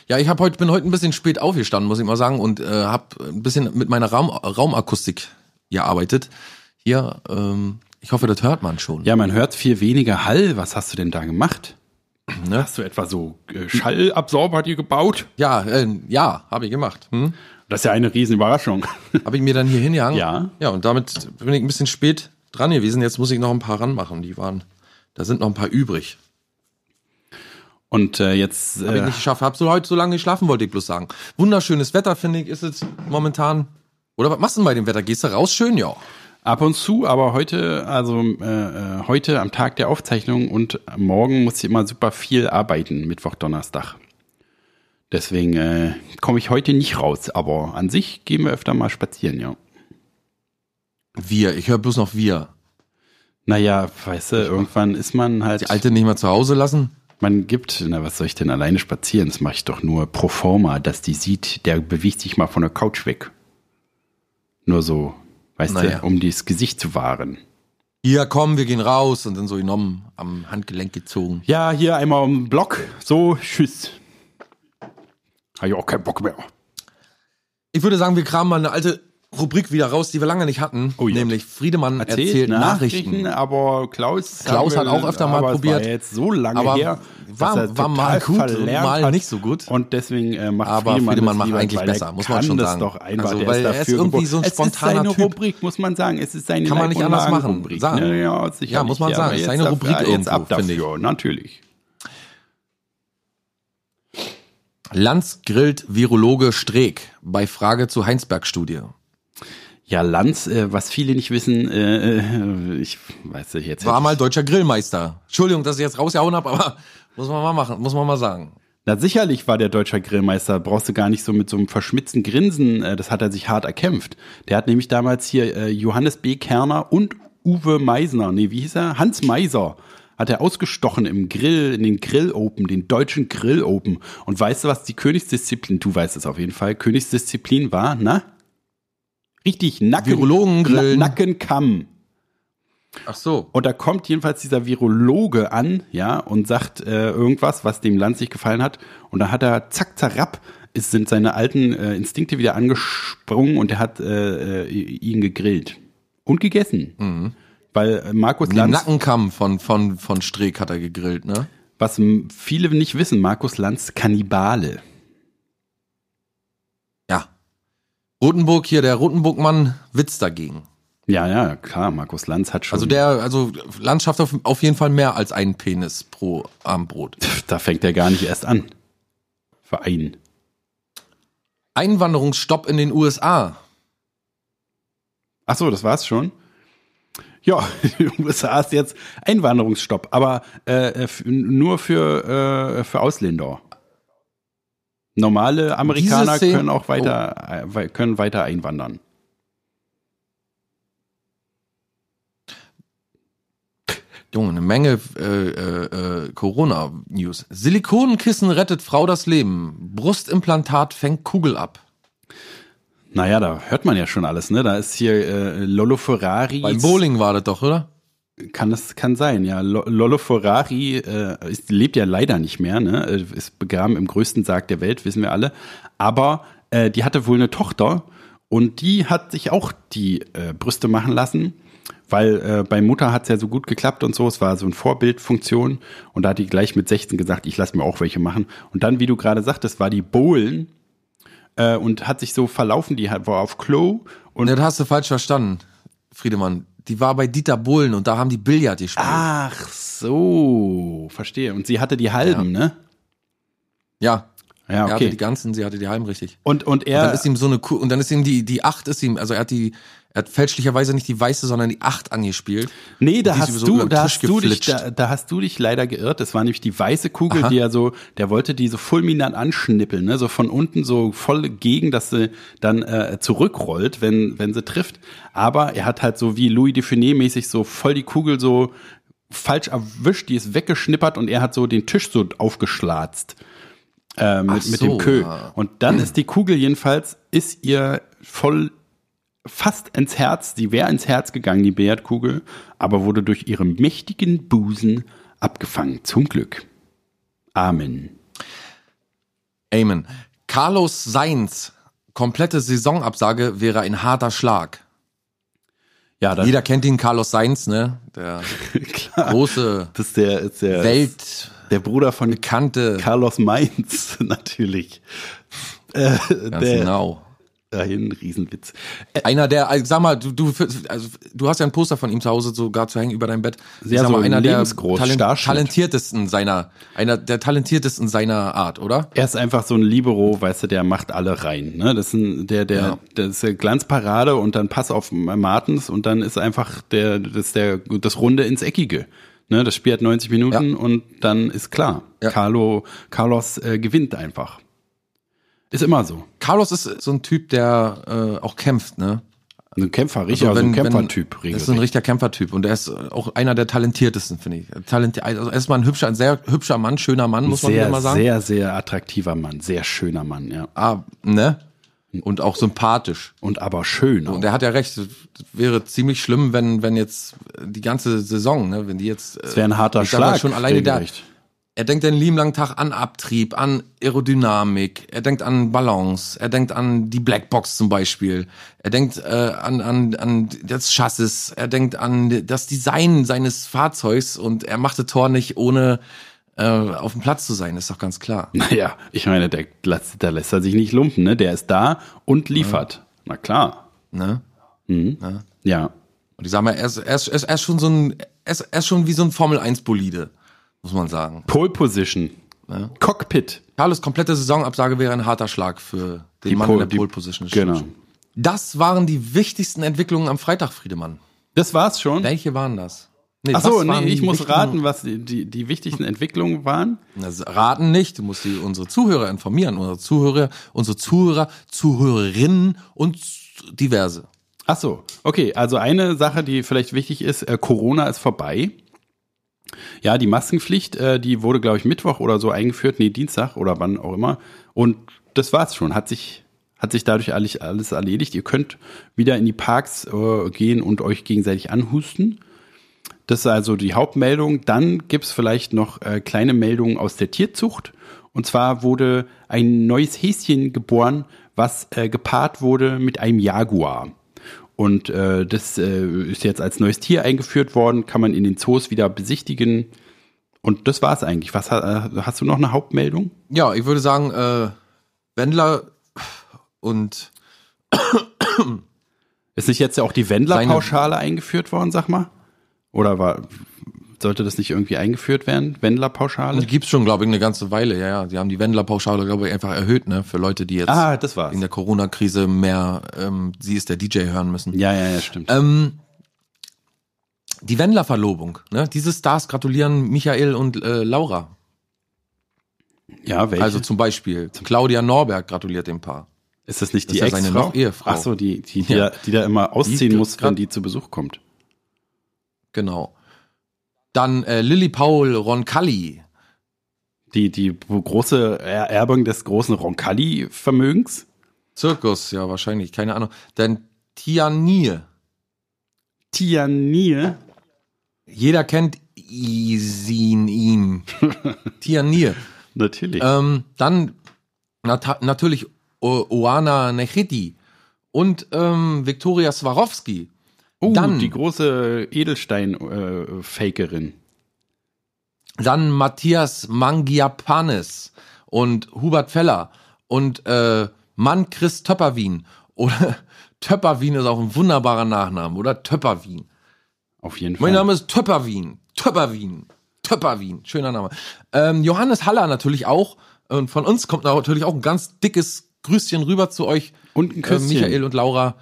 [SPEAKER 1] Ja, ich hab heute, bin heute ein bisschen spät aufgestanden, muss ich mal sagen, und äh, habe ein bisschen mit meiner Raum, Raumakustik gearbeitet. Hier, ähm, ich hoffe, das hört man schon.
[SPEAKER 4] Ja, man hört viel weniger Hall. Was hast du denn da gemacht?
[SPEAKER 1] Ne?
[SPEAKER 4] Hast du etwa so äh, Schallabsorber dir gebaut?
[SPEAKER 1] Ja, äh, ja, habe ich gemacht. Hm?
[SPEAKER 4] Das ist ja eine Riesenüberraschung.
[SPEAKER 1] Habe ich mir dann hier hingehangen.
[SPEAKER 4] Ja.
[SPEAKER 1] Ja, und damit bin ich ein bisschen spät dran gewesen. Jetzt muss ich noch ein paar ranmachen. Die waren, da sind noch ein paar übrig.
[SPEAKER 4] Und äh, jetzt
[SPEAKER 1] Hab ich
[SPEAKER 4] äh,
[SPEAKER 1] nicht geschafft. Hab so heute so lange geschlafen, wollte ich bloß sagen. Wunderschönes Wetter, finde ich, ist es momentan. Oder was machst du denn bei dem Wetter? Gehst du raus? Schön, ja.
[SPEAKER 4] ab und zu, aber heute, also äh, äh, heute am Tag der Aufzeichnung und morgen muss ich immer super viel arbeiten, Mittwoch, Donnerstag. Deswegen äh, komme ich heute nicht raus, aber an sich gehen wir öfter mal spazieren, ja.
[SPEAKER 1] Wir, ich höre bloß noch wir.
[SPEAKER 4] Naja, weißt du, irgendwann ist man halt.
[SPEAKER 1] Die Alte nicht mal zu Hause lassen?
[SPEAKER 4] Man gibt, na was soll ich denn alleine spazieren? Das mache ich doch nur pro forma, dass die sieht, der bewegt sich mal von der Couch weg. Nur so, weißt
[SPEAKER 1] Naja.
[SPEAKER 4] du, um dieses Gesicht zu wahren.
[SPEAKER 1] Hier, komm, wir gehen raus. Und dann so genommen, am Handgelenk gezogen.
[SPEAKER 4] Ja, hier einmal um den Block, so, tschüss. Habe ich auch keinen Bock mehr.
[SPEAKER 1] Ich würde sagen, wir kramen mal eine alte Rubrik wieder raus, die wir lange nicht hatten.
[SPEAKER 4] Oh ja.
[SPEAKER 1] nämlich Friedemann erzählt, Nachrichten.
[SPEAKER 4] aber Klaus,
[SPEAKER 1] Klaus
[SPEAKER 4] haben
[SPEAKER 1] hat auch
[SPEAKER 4] wir-
[SPEAKER 1] öfter mal
[SPEAKER 4] aber es
[SPEAKER 1] probiert.
[SPEAKER 4] War jetzt so lange
[SPEAKER 1] Aber
[SPEAKER 4] her,
[SPEAKER 1] war-
[SPEAKER 4] dass er
[SPEAKER 1] war mal
[SPEAKER 4] total
[SPEAKER 1] gut und
[SPEAKER 4] verlernt
[SPEAKER 1] mal
[SPEAKER 4] hat.
[SPEAKER 1] nicht so gut.
[SPEAKER 4] Und deswegen äh, macht
[SPEAKER 1] Aber
[SPEAKER 4] Friedemann,
[SPEAKER 1] Friedemann
[SPEAKER 4] das
[SPEAKER 1] macht
[SPEAKER 4] lieber,
[SPEAKER 1] eigentlich
[SPEAKER 4] weil er
[SPEAKER 1] besser, muss man
[SPEAKER 4] kann
[SPEAKER 1] schon
[SPEAKER 4] das
[SPEAKER 1] sagen.
[SPEAKER 4] Doch einfach,
[SPEAKER 1] Also,
[SPEAKER 4] der
[SPEAKER 1] weil
[SPEAKER 4] ist
[SPEAKER 1] er ist
[SPEAKER 4] dafür
[SPEAKER 1] irgendwie
[SPEAKER 4] geboren.
[SPEAKER 1] so ein
[SPEAKER 4] es ist
[SPEAKER 1] spontaner
[SPEAKER 4] seine
[SPEAKER 1] Typ.
[SPEAKER 4] Rubrik, muss man sagen. Es ist seine
[SPEAKER 1] Kann man nicht
[SPEAKER 4] Leib- und
[SPEAKER 1] anders machen.
[SPEAKER 4] Magenrubrik.
[SPEAKER 1] Sagen.
[SPEAKER 4] Ja, ja, sicherlich.
[SPEAKER 1] Ja, muss man sagen,
[SPEAKER 4] aber
[SPEAKER 1] es ist
[SPEAKER 4] jetzt
[SPEAKER 1] seine
[SPEAKER 4] ab-
[SPEAKER 1] Rubrik
[SPEAKER 4] Jetzt ab
[SPEAKER 1] irgendwo, finde ich.
[SPEAKER 4] dafür, natürlich.
[SPEAKER 1] Lanz grillt Virologe Streeck bei Frage zur Heinsberg-Studie.
[SPEAKER 4] Ja, Lanz, äh, was viele nicht wissen, äh, äh, ich weiß nicht, jetzt hätte
[SPEAKER 1] War
[SPEAKER 4] ich-
[SPEAKER 1] mal deutscher Grillmeister. Entschuldigung, dass ich jetzt rausgehauen habe, aber muss man mal machen, muss man mal sagen.
[SPEAKER 4] Na sicherlich war der deutsche Grillmeister, brauchst du gar nicht so mit so einem verschmitzten Grinsen, äh, das hat er sich hart erkämpft. Der hat nämlich damals hier äh, Johannes B. Kerner und Uwe Meisner, nee, wie hieß er? Hans Meiser hat er ausgestochen im Grill, in den Grill Open, den deutschen Grill Open. Und weißt du was, die Königsdisziplin, du weißt es auf jeden Fall, Königsdisziplin war, na? Richtig, Nacken,
[SPEAKER 1] Virologen grillen.
[SPEAKER 4] Na, Nackenkamm.
[SPEAKER 1] Ach so.
[SPEAKER 4] Und da kommt jedenfalls dieser Virologe an, ja, und sagt äh, irgendwas, was dem Land sich gefallen hat. Und dann hat er zack, zerrapp, es sind seine alten äh, Instinkte wieder angesprungen und er hat äh, äh, ihn gegrillt. Und gegessen. Weil äh, Markus
[SPEAKER 1] Mhm. Den
[SPEAKER 4] Lanz,
[SPEAKER 1] Nackenkamm von, von, von Streeck hat er gegrillt, ne?
[SPEAKER 4] was m- viele nicht wissen, Markus Lanz Kannibale.
[SPEAKER 1] Ja. Rotenburg hier, der Rotenburg-Mann, Witz dagegen.
[SPEAKER 4] Ja, ja, klar, Markus Lanz hat schon.
[SPEAKER 1] Also der, also Landschaft auf, auf jeden Fall mehr als einen Penis pro Armbrot.
[SPEAKER 4] Pff, da fängt er gar nicht erst an. Verein.
[SPEAKER 1] Einwanderungsstopp in den USA.
[SPEAKER 4] Ach so, das war's schon. Ja, die USA ist jetzt Einwanderungsstopp, aber äh, f- nur für, äh, für Ausländer. Normale Amerikaner
[SPEAKER 1] Szene-
[SPEAKER 4] können auch weiter, äh, wei- können weiter einwandern.
[SPEAKER 1] Junge, eine Menge äh, äh, äh, Corona-News. Silikonkissen rettet Frau das Leben. Brustimplantat fängt Kugel ab.
[SPEAKER 4] Naja, da hört man ja schon alles, ne? Da ist hier äh, Lollo Ferrari.
[SPEAKER 1] Beim Bowling war das doch, oder?
[SPEAKER 4] Kann das kann sein, ja. Lo- Lollo Ferrari äh, ist, lebt ja leider nicht mehr, ne? Äh, Ist begraben im größten Sarg der Welt, wissen wir alle. Aber äh, die hatte wohl eine Tochter und die hat sich auch die äh, Brüste machen lassen, weil äh, bei Mutter hat's ja so gut geklappt und so. Es war so eine Vorbildfunktion und da hat die gleich mit 16 gesagt, ich lass mir auch welche machen. Und dann, wie du gerade sagtest, war die Bohlen äh, und hat sich so verlaufen, die hat- war auf Klo und
[SPEAKER 1] Und das hast du falsch verstanden, Friedemann. Die war bei Dieter Bohlen und da haben die Billard gespielt.
[SPEAKER 4] Ach so, verstehe. Und sie hatte die halben, ne?
[SPEAKER 1] Ja.
[SPEAKER 4] Ja,
[SPEAKER 1] Er
[SPEAKER 4] okay.
[SPEAKER 1] hatte die ganzen, sie hatte die Heim richtig.
[SPEAKER 4] und, und
[SPEAKER 1] Und
[SPEAKER 4] er,
[SPEAKER 1] dann ist ihm so eine Ku und dann ist ihm die die acht ist ihm also er hat die er hat fälschlicherweise nicht die weiße sondern die acht angespielt.
[SPEAKER 4] nee,
[SPEAKER 1] Und
[SPEAKER 4] da
[SPEAKER 1] die
[SPEAKER 4] hast
[SPEAKER 1] ist so
[SPEAKER 4] du,
[SPEAKER 1] über den
[SPEAKER 4] da
[SPEAKER 1] Tisch
[SPEAKER 4] hast du dich,
[SPEAKER 1] geflitscht.
[SPEAKER 4] da, da hast du dich leider geirrt. Das war nämlich die weiße Kugel,
[SPEAKER 1] Aha.
[SPEAKER 4] die er so, der wollte die so fulminant anschnippeln, ne? so von unten so voll gegen, dass sie dann äh, zurückrollt, wenn, wenn sie trifft. Aber er hat halt so wie Louis Define mäßig so voll die Kugel so falsch erwischt, die ist weggeschnippert und er hat so den Tisch so aufgeschlatzt. äh, mit,
[SPEAKER 1] Ach
[SPEAKER 4] mit
[SPEAKER 1] so,
[SPEAKER 4] dem Kö.
[SPEAKER 1] ja.
[SPEAKER 4] Und dann ist die Kugel jedenfalls, ist ihr voll fast ins Herz, die wäre ins Herz gegangen, die Billardkugel, aber wurde durch ihren mächtigen Busen abgefangen. Zum Glück. Amen.
[SPEAKER 1] Amen. Carlos Sainz komplette Saisonabsage wäre ein harter Schlag.
[SPEAKER 4] Ja, dann,
[SPEAKER 1] Jeder kennt ihn Carlos Sainz, ne? Der
[SPEAKER 4] klar.
[SPEAKER 1] große
[SPEAKER 4] Das ist der, ist der,
[SPEAKER 1] weltbekannte
[SPEAKER 4] der Bruder von Carlos Mainz, natürlich. Äh,
[SPEAKER 1] ganz
[SPEAKER 4] der,
[SPEAKER 1] genau.
[SPEAKER 4] dahin, Riesenwitz.
[SPEAKER 1] Einer der, also sag mal, du, du, also, du hast ja ein Poster von ihm zu Hause sogar zu hängen über deinem Bett. Ich
[SPEAKER 4] Ja,
[SPEAKER 1] sag
[SPEAKER 4] so
[SPEAKER 1] mal, einer der
[SPEAKER 4] lebensgroß, Starschnitt.
[SPEAKER 1] talentiertesten seiner, einer der talentiertesten seiner Art, oder?
[SPEAKER 4] Er ist einfach so ein Libero, weißt du, der macht alle rein. Ne? Das ist ein, der, der,
[SPEAKER 1] Ja.
[SPEAKER 4] das ist eine Glanzparade und dann Pass auf Martens und dann ist einfach der, das, der, das Runde ins Eckige. Ne? Das Spiel hat 90 Minuten und dann ist klar.
[SPEAKER 1] Ja.
[SPEAKER 4] Carlo, Carlos äh, gewinnt einfach. Ist immer so.
[SPEAKER 1] Carlos ist so ein Typ, der äh, auch kämpft, ne?
[SPEAKER 4] Ein Kämpfer, richtig, also,
[SPEAKER 1] wenn-
[SPEAKER 4] ein
[SPEAKER 1] wenn-
[SPEAKER 4] Kämpfertyp.
[SPEAKER 1] Das ist ein richtiger Kämpfertyp und er ist auch einer der talentiertesten, finde ich. Talentier, also erstmal ein hübscher, ein sehr hübscher Mann, schöner Mann, muss man
[SPEAKER 4] sehr,
[SPEAKER 1] wieder mal sagen.
[SPEAKER 4] sehr, sehr attraktiver Mann, sehr schöner Mann, ja.
[SPEAKER 1] Ah, ne? Und auch sympathisch.
[SPEAKER 4] Und aber schön.
[SPEAKER 1] Und
[SPEAKER 4] Auch.
[SPEAKER 1] er hat ja recht, es wäre ziemlich schlimm, wenn, wenn jetzt die ganze Saison, ne, wenn die jetzt.
[SPEAKER 4] Das wäre ein harter
[SPEAKER 1] ich sag mal
[SPEAKER 4] Schlag.
[SPEAKER 1] Schon alleine da,
[SPEAKER 4] regelrecht.
[SPEAKER 1] er denkt den lieben langen Tag an Abtrieb, an Aerodynamik, er denkt an Balance, er denkt an die Blackbox zum Beispiel, er denkt äh, an, an, an das Chassis, er denkt an das Design seines Fahrzeugs und er machte Tor nicht, ohne äh, auf dem Platz zu sein, ist doch ganz klar.
[SPEAKER 4] Naja, ich meine, der, lässt- der lässt er sich nicht lumpen, ne? Der ist da und liefert. Na klar.
[SPEAKER 1] Ne?
[SPEAKER 4] Ja.
[SPEAKER 1] Und ich sag mal, er ist, er ist, er ist, er ist schon so ein, er ist, er ist schon wie so ein Formel-1-Bolide, muss man sagen.
[SPEAKER 4] Pole Position. Cockpit.
[SPEAKER 1] Carlos komplette Saisonabsage wäre ein harter Schlag für den Mann
[SPEAKER 4] Pole-
[SPEAKER 1] in der Pole Position.
[SPEAKER 4] Genau.
[SPEAKER 1] Das waren die wichtigsten Entwicklungen am Freitag, Friedemann.
[SPEAKER 4] Das war's schon.
[SPEAKER 1] Welche waren das? Nee,
[SPEAKER 4] Ach so,
[SPEAKER 1] was waren
[SPEAKER 4] nee, ich
[SPEAKER 1] die
[SPEAKER 4] muss
[SPEAKER 1] wichtigen-
[SPEAKER 4] raten, was die, die, die wichtigsten Entwicklungen waren.
[SPEAKER 1] Na, s- raten nicht, du musst die, unsere Zuhörer informieren, unsere Zuhörer, unsere Zuhörer, Zuhörerinnen und z- diverse.
[SPEAKER 4] Ach so, okay. Also eine Sache, die vielleicht wichtig ist, äh, Corona ist vorbei. Ja, die Maskenpflicht, äh, die wurde, glaube ich, Mittwoch oder so eingeführt, nee, Dienstag oder wann auch immer. Und das war's schon. Hat sich, hat sich dadurch alles, alles erledigt. Ihr könnt wieder in die Parks äh, gehen und euch gegenseitig anhusten. Das ist also die Hauptmeldung. Dann gibt's vielleicht noch äh, kleine Meldungen aus der Tierzucht. Und zwar wurde ein neues Häschen geboren, was äh, gepaart wurde mit einem Jaguar. Und äh, das äh, ist jetzt als neues Tier eingeführt worden, kann man in den Zoos wieder besichtigen. Und das war's eigentlich. Was ha- äh, hast du noch eine Hauptmeldung?
[SPEAKER 1] Ja, ich würde sagen, äh, Wendler und
[SPEAKER 4] Ist nicht jetzt ja auch die Wendler-Pauschale eingeführt worden, sag mal? Oder war, sollte das nicht irgendwie eingeführt werden? Wendler-Pauschale?
[SPEAKER 1] die gibt's schon, glaube ich, eine ganze Weile. Ja, ja, die haben die Wendler-Pauschale, glaube ich, einfach erhöht, ne, für Leute, die jetzt
[SPEAKER 4] Ah, das war's.
[SPEAKER 1] in der Corona-Krise mehr, ähm, sie ist der DJ hören müssen.
[SPEAKER 4] Ja, ja, ja, stimmt.
[SPEAKER 1] Ähm, die Wendler-Verlobung, ne? Diese Stars gratulieren Michael und äh, Laura.
[SPEAKER 4] Ja, welche?
[SPEAKER 1] Also zum Beispiel, Claudia Norberg gratuliert dem Paar.
[SPEAKER 4] ist das nicht die
[SPEAKER 1] das ist ja seine
[SPEAKER 4] Ex-Frau?
[SPEAKER 1] noch Ehefrau.
[SPEAKER 4] Ach so, die, die, die, da- die da immer ausziehen
[SPEAKER 1] Die-
[SPEAKER 4] muss, wenn die zu Besuch kommt.
[SPEAKER 1] Genau. Dann äh, Lilly Paul Roncalli.
[SPEAKER 4] Die, die große Ererbung des großen Roncalli-Vermögens.
[SPEAKER 1] Zirkus, ja, wahrscheinlich, keine Ahnung. Dann Tianir.
[SPEAKER 4] Tianie.
[SPEAKER 1] Jeder kennt Isin ihn. Tianir.
[SPEAKER 4] Natürlich.
[SPEAKER 1] Ähm, dann nat natürlich o Oana Nechiti und ähm, Viktoria Swarovski.
[SPEAKER 4] oh,
[SPEAKER 1] dann-
[SPEAKER 4] die große äh, Edelstein-Fakerin.
[SPEAKER 1] Dann Matthias Mangiapanes und Hubert Feller und äh, Mann Chris Töpperwien. Oder Töpperwien ist auch ein wunderbarer Nachname, oder? Töpperwien.
[SPEAKER 4] Auf jeden Fall.
[SPEAKER 1] Mein Name ist Töpperwien. Töpperwien. Töpperwien. Schöner Name. Ähm, Johannes Haller natürlich auch. Und von uns kommt natürlich auch ein ganz dickes Grüßchen rüber zu euch. Äh,
[SPEAKER 4] Und ein Küsschen.
[SPEAKER 1] Michael und Laura.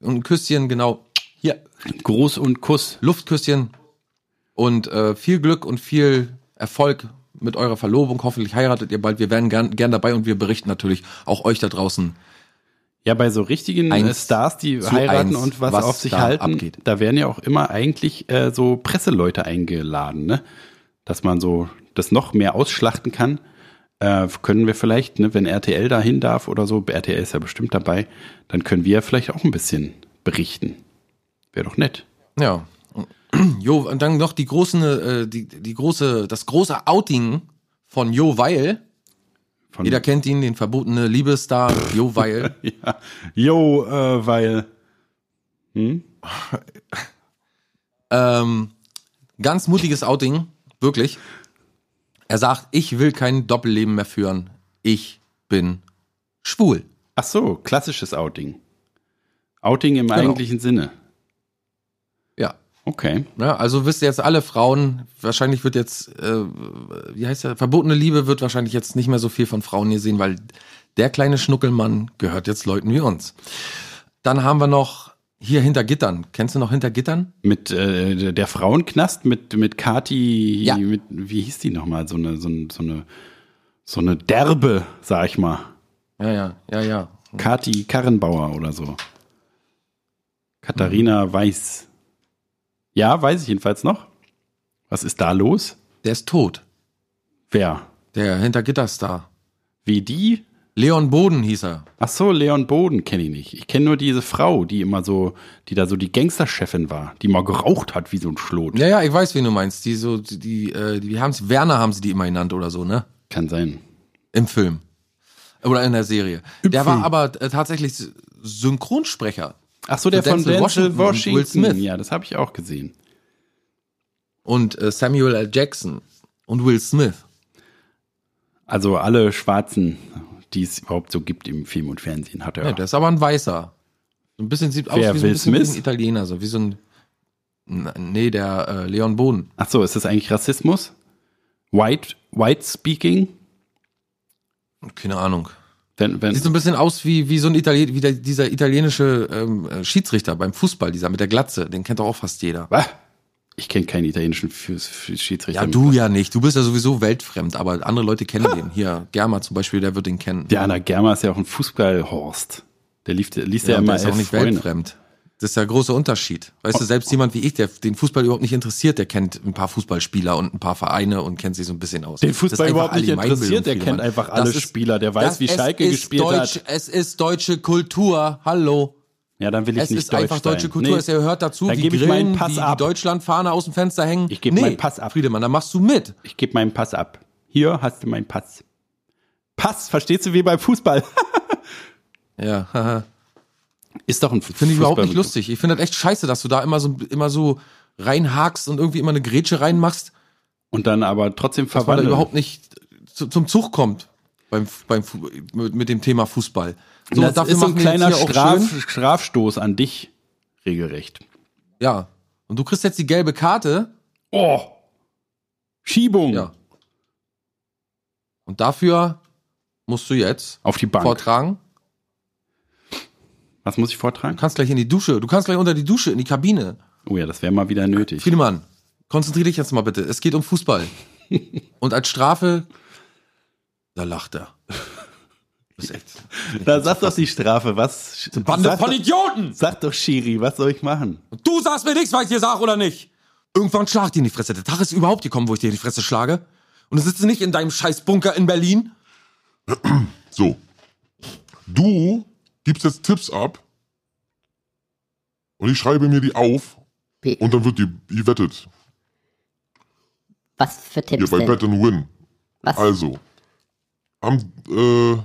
[SPEAKER 1] Und ein Küsschen, genau. Hier,
[SPEAKER 4] Gruß und Kuss.
[SPEAKER 1] Luftküsschen. Und äh, viel Glück und viel Erfolg mit eurer Verlobung. Hoffentlich heiratet ihr bald. Wir wären gern, gern dabei und wir berichten natürlich auch euch da draußen.
[SPEAKER 4] Ja, bei so richtigen äh,
[SPEAKER 1] Eins
[SPEAKER 4] Stars, die
[SPEAKER 1] zu
[SPEAKER 4] heiraten
[SPEAKER 1] eins,
[SPEAKER 4] und was,
[SPEAKER 1] was
[SPEAKER 4] auf sich
[SPEAKER 1] da
[SPEAKER 4] halten,
[SPEAKER 1] abgeht.
[SPEAKER 4] da werden ja auch immer eigentlich äh, so Presseleute eingeladen, ne? Dass man so das noch mehr ausschlachten kann. Äh, können wir vielleicht, ne, wenn RTL dahin darf oder so, RTL ist ja bestimmt dabei, dann können wir ja vielleicht auch ein bisschen berichten. Wäre doch nett.
[SPEAKER 1] Ja. Jo, und dann noch die große, äh, die, die große, das große Outing von Jo Weil.
[SPEAKER 4] Von,
[SPEAKER 1] Jeder kennt ihn, den verbotene Liebesstar Jo Weil.
[SPEAKER 4] ja. Jo, äh, weil. Hm?
[SPEAKER 1] ähm, ganz mutiges Outing, wirklich. Er sagt, ich will kein Doppelleben mehr führen. Ich bin schwul.
[SPEAKER 4] Ach so, klassisches Outing. Outing im eigentlichen Sinne.
[SPEAKER 1] Ja.
[SPEAKER 4] Okay.
[SPEAKER 1] ja. Also wisst ihr jetzt alle Frauen, wahrscheinlich wird jetzt, äh, wie heißt der, verbotene Liebe wird wahrscheinlich jetzt nicht mehr so viel von Frauen gesehen, weil der kleine Schnuckelmann gehört jetzt Leuten wie uns. Dann haben wir noch hier hinter Gittern. Kennst du noch hinter Gittern?
[SPEAKER 4] Mit äh, der Frauenknast, mit, mit Kati,
[SPEAKER 1] Ja.
[SPEAKER 4] mit, wie hieß die nochmal? So eine, so, eine- so eine, so eine Derbe, sag ich mal.
[SPEAKER 1] Ja, ja, ja, ja.
[SPEAKER 4] Kati Karrenbauer oder so. Katharina Weiß. Ja, weiß ich jedenfalls noch. Was ist da los?
[SPEAKER 1] Der ist tot.
[SPEAKER 4] Wer?
[SPEAKER 1] Der Hintergitterstar.
[SPEAKER 4] Wie die?
[SPEAKER 1] Leon Boden hieß er.
[SPEAKER 4] Ach so, Leon Boden kenne ich nicht. Ich kenne nur diese Frau, die immer so, die da so die Gangsterchefin war, die mal geraucht hat wie so ein Schlot.
[SPEAKER 1] Ja, ja, ich weiß, wen du meinst. Die so, die, die, äh, die haben Werner haben sie die immer genannt oder so, ne?
[SPEAKER 4] Kann sein.
[SPEAKER 1] Im Film. Oder in der Serie. der
[SPEAKER 4] Film.
[SPEAKER 1] war aber äh, tatsächlich S- Synchronsprecher.
[SPEAKER 4] Ach so, der
[SPEAKER 1] Denzel
[SPEAKER 4] von Denzel Washington.
[SPEAKER 1] Washington und Will Smith.
[SPEAKER 4] Ja, das habe ich auch gesehen.
[SPEAKER 1] Und äh, Samuel L. Jackson und Will Smith.
[SPEAKER 4] Also alle Schwarzen, die es überhaupt so gibt im Film und Fernsehen, hat er.
[SPEAKER 1] Ja, der ist aber ein Weißer. So ein bisschen sieht aus
[SPEAKER 4] Wer,
[SPEAKER 1] wie, so
[SPEAKER 4] Will
[SPEAKER 1] ein bisschen wie
[SPEAKER 4] Smith?
[SPEAKER 1] ein Italiener, so wie so ein. N- Nee, der äh, Leon Boden.
[SPEAKER 4] Ach so, ist das eigentlich Rassismus? White, white speaking?
[SPEAKER 1] Keine Ahnung.
[SPEAKER 4] Wenn, wenn,
[SPEAKER 1] Sieht so ein bisschen aus wie, wie so ein Italien, wie der, dieser italienische ähm, äh, Schiedsrichter beim Fußball, dieser mit der Glatze. Den kennt doch auch fast jeder.
[SPEAKER 4] Ah, ich kenne keinen italienischen Fü- Fü- Schiedsrichter.
[SPEAKER 1] Ja, du ja nicht. Du bist ja sowieso weltfremd, aber andere Leute kennen den. Hier, Germa zum Beispiel, der wird den kennen.
[SPEAKER 4] Der Anna Germer ist ja auch ein Fußballhorst. Der lief, der liest ja,
[SPEAKER 1] und
[SPEAKER 4] immer
[SPEAKER 1] der ist auch
[SPEAKER 4] elf
[SPEAKER 1] nicht
[SPEAKER 4] Freunde. Oh.
[SPEAKER 1] weltfremd. Das ist der große Unterschied. Weißt du, selbst jemand wie ich, der den Fußball überhaupt nicht interessiert, der kennt ein paar Fußballspieler und ein paar Vereine und kennt sich so ein bisschen aus.
[SPEAKER 4] Den Fußball
[SPEAKER 1] Das ist
[SPEAKER 4] überhaupt nicht
[SPEAKER 1] Allgemeinbildung,
[SPEAKER 4] interessiert, der kennt
[SPEAKER 1] Friedemann.
[SPEAKER 4] einfach alle
[SPEAKER 1] Das
[SPEAKER 4] Spieler, der weiß, wie
[SPEAKER 1] es
[SPEAKER 4] Schalke
[SPEAKER 1] ist
[SPEAKER 4] gespielt
[SPEAKER 1] deutsch,
[SPEAKER 4] hat.
[SPEAKER 1] Es ist deutsche Kultur. Hallo.
[SPEAKER 4] Ja, dann will ich
[SPEAKER 1] Es
[SPEAKER 4] nicht
[SPEAKER 1] ist
[SPEAKER 4] deutsch
[SPEAKER 1] einfach deutsche
[SPEAKER 4] sein.
[SPEAKER 1] Kultur.
[SPEAKER 4] Nee.
[SPEAKER 1] Es gehört dazu,
[SPEAKER 4] Dann
[SPEAKER 1] wie
[SPEAKER 4] gebe ich
[SPEAKER 1] Grillen,
[SPEAKER 4] meinen Pass
[SPEAKER 1] wie
[SPEAKER 4] ab.
[SPEAKER 1] die Deutschlandfahne aus dem Fenster hängen.
[SPEAKER 4] Ich gebe meinen Pass ab.
[SPEAKER 1] Friedemann, da machst du mit.
[SPEAKER 4] Ich gebe meinen Pass ab. Hier hast du meinen Pass. Pass, verstehst du wie beim Fußball?
[SPEAKER 1] Ja, haha.
[SPEAKER 4] Ist doch ein
[SPEAKER 1] Finde ich überhaupt nicht lustig. Ich finde das echt scheiße, dass du da immer so, immer so reinhakst und irgendwie immer eine Grätsche reinmachst,
[SPEAKER 4] Und dann aber trotzdem
[SPEAKER 1] dass man da
[SPEAKER 4] verwandelt.
[SPEAKER 1] überhaupt nicht zu, zum Zug kommt beim, beim, Fu- mit, mit dem Thema Fußball.
[SPEAKER 4] so, das ist so ein
[SPEAKER 1] machen wir jetzt
[SPEAKER 4] kleiner
[SPEAKER 1] hier auch
[SPEAKER 4] Straf,
[SPEAKER 1] schön-
[SPEAKER 4] Strafstoß an dich. Regelrecht.
[SPEAKER 1] Ja. Und du kriegst jetzt die gelbe Karte.
[SPEAKER 4] Oh! Schiebung
[SPEAKER 1] Ja. Und dafür musst du jetzt
[SPEAKER 4] auf die Bank.
[SPEAKER 1] vortragen.
[SPEAKER 4] Was muss ich vortragen?
[SPEAKER 1] Du kannst gleich in die Dusche. Du kannst gleich unter die Dusche, in die Kabine.
[SPEAKER 4] Oh ja, das wäre mal wieder nötig.
[SPEAKER 1] Friedemann, konzentriere dich jetzt mal bitte. Es geht um Fußball. Und als Strafe Da lacht er. Das ist echt.
[SPEAKER 4] Da sagt doch die Strafe, was.
[SPEAKER 1] Bande
[SPEAKER 4] sag
[SPEAKER 1] von
[SPEAKER 4] doch-
[SPEAKER 1] Idioten!
[SPEAKER 4] Sag doch, Schiri, was soll ich machen?
[SPEAKER 1] Und Du sagst mir nichts, weil ich dir sag oder nicht. Irgendwann schlag ich dir in die Fresse. Der Tag ist überhaupt gekommen, wo ich dir in die Fresse schlage. Und du sitzt nicht in deinem scheiß Bunker in Berlin.
[SPEAKER 5] So. Du gibst jetzt Tipps ab und ich schreibe mir die auf
[SPEAKER 2] Wie-
[SPEAKER 5] und dann wird die gewettet.
[SPEAKER 2] Was für
[SPEAKER 5] Hier
[SPEAKER 2] Tipps
[SPEAKER 5] bei
[SPEAKER 2] denn?
[SPEAKER 5] Bet and Win.
[SPEAKER 2] Was?
[SPEAKER 5] Also. Am, äh,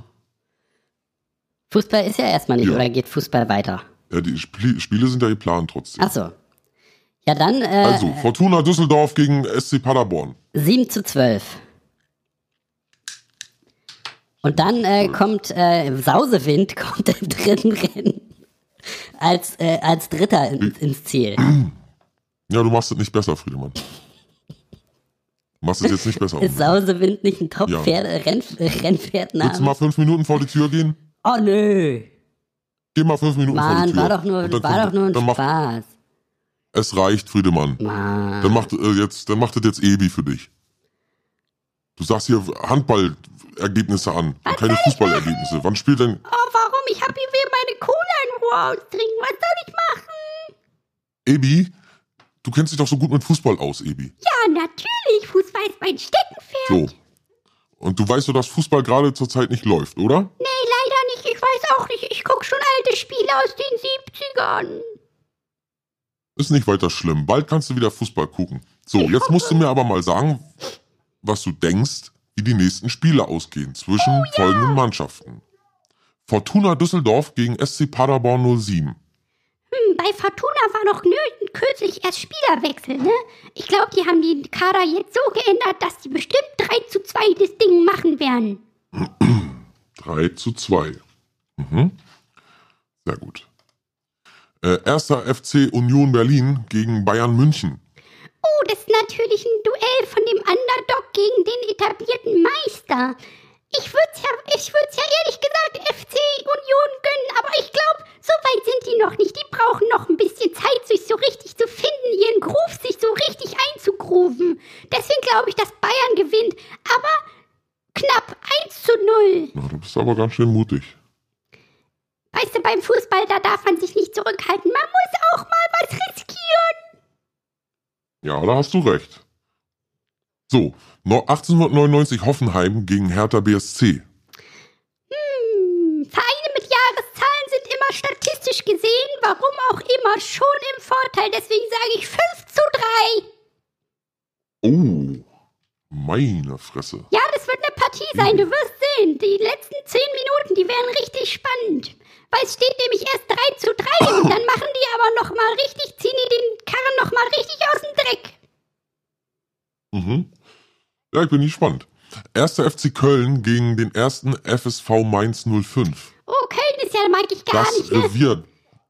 [SPEAKER 2] Fußball ist ja erstmal nicht,
[SPEAKER 5] Ja.
[SPEAKER 2] oder geht Fußball weiter?
[SPEAKER 5] ja, die Spie- Spiele sind ja geplant trotzdem.
[SPEAKER 2] Ach so. Ja, dann äh,
[SPEAKER 5] Also, Fortuna Düsseldorf gegen SC Paderborn.
[SPEAKER 2] 7 zu 12. Und dann äh, kommt äh, im Sausewind kommt im dritten Rennen als, äh, als Dritter in, ins Ziel.
[SPEAKER 5] Ja, du machst es nicht besser, Friedemann. Du machst es jetzt nicht besser.
[SPEAKER 2] Ist
[SPEAKER 5] Willst
[SPEAKER 2] Sausewind nicht ein top
[SPEAKER 5] Ja.
[SPEAKER 2] Pferd, äh, Renn, äh,
[SPEAKER 5] du
[SPEAKER 2] Rennpferdname?
[SPEAKER 5] mal fünf Minuten vor die Tür gehen?
[SPEAKER 2] Oh nö.
[SPEAKER 5] Geh mal fünf Minuten vor die
[SPEAKER 2] Mann,
[SPEAKER 5] Tür.
[SPEAKER 2] war doch nur,
[SPEAKER 5] Und dann
[SPEAKER 2] war
[SPEAKER 5] kommt-
[SPEAKER 2] doch nur ein
[SPEAKER 5] dann macht,
[SPEAKER 2] Spaß.
[SPEAKER 5] Es reicht, Friedemann.
[SPEAKER 2] Mann.
[SPEAKER 5] Dann macht, äh, jetzt, dann macht das jetzt Ebi für dich. Du sagst hier Handballergebnisse an und keine Fußballergebnisse. Wann spielt denn.
[SPEAKER 3] Oh, warum? Ich hab hier wieder meine Cola in Ruhe austrinken. Was soll ich machen?
[SPEAKER 5] Ebi, du kennst dich doch so gut mit Fußball aus, Ebi.
[SPEAKER 3] Ja, natürlich. Fußball ist mein Steckenpferd.
[SPEAKER 5] So. Und du weißt doch, dass Fußball gerade zurzeit nicht läuft, oder?
[SPEAKER 3] Nee, leider nicht. Ich weiß auch nicht. Ich guck schon alte Spiele aus den 70ern.
[SPEAKER 5] Ist nicht weiter schlimm. Bald kannst du wieder Fußball gucken. So, jetzt musst du mir aber mal sagen, was du denkst, wie die nächsten Spiele ausgehen zwischen folgenden Mannschaften. Fortuna Düsseldorf gegen SC Paderborn 07.
[SPEAKER 3] Hm, bei Fortuna war doch nö- kürzlich erst Spielerwechsel, ne? Ich glaube, die haben den Kader jetzt so geändert, dass die bestimmt 3 zu 2 das Ding machen werden.
[SPEAKER 5] 3 zu 2. Mhm. Sehr gut. Äh, erster FC Union Berlin gegen Bayern München.
[SPEAKER 3] Oh, das ist natürlich ein Duell von dem Underdog gegen den etablierten Meister. Ich würd's ja, ich würd's ja ehrlich gesagt FC Union gönnen, aber ich glaube, so weit sind die noch nicht. Die brauchen noch ein bisschen Zeit, sich so richtig zu finden, ihren Groove sich so richtig einzugrooven. Deswegen glaube ich, dass Bayern gewinnt, aber knapp 1 zu 0.
[SPEAKER 5] Na, du bist aber ganz schön mutig.
[SPEAKER 3] Weißt du, beim Fußball, da darf man sich nicht zurückhalten. Man muss auch mal was riskieren.
[SPEAKER 5] Ja, da hast du recht. So, no- 1899 Hoffenheim gegen Hertha BSC.
[SPEAKER 3] Hm, Vereine mit Jahreszahlen sind immer statistisch gesehen, warum auch immer, schon im Vorteil. Deswegen sage ich 5 zu 3.
[SPEAKER 5] Oh, meine Fresse.
[SPEAKER 3] Ja, das wird eine Partie sein, du wirst sehen. Die letzten 10 Minuten, die werden richtig spannend. Weil es steht nämlich erst 3 zu 3 und dann machen die aber nochmal richtig, ziehen die den Karren nochmal richtig aus dem Dreck.
[SPEAKER 5] Mhm. Ja, ich bin gespannt. Erster FC Köln gegen den ersten FSV Mainz 05.
[SPEAKER 3] Oh, Köln ist ja, mag ich gar
[SPEAKER 5] Das
[SPEAKER 3] nicht, ne?
[SPEAKER 5] Revier.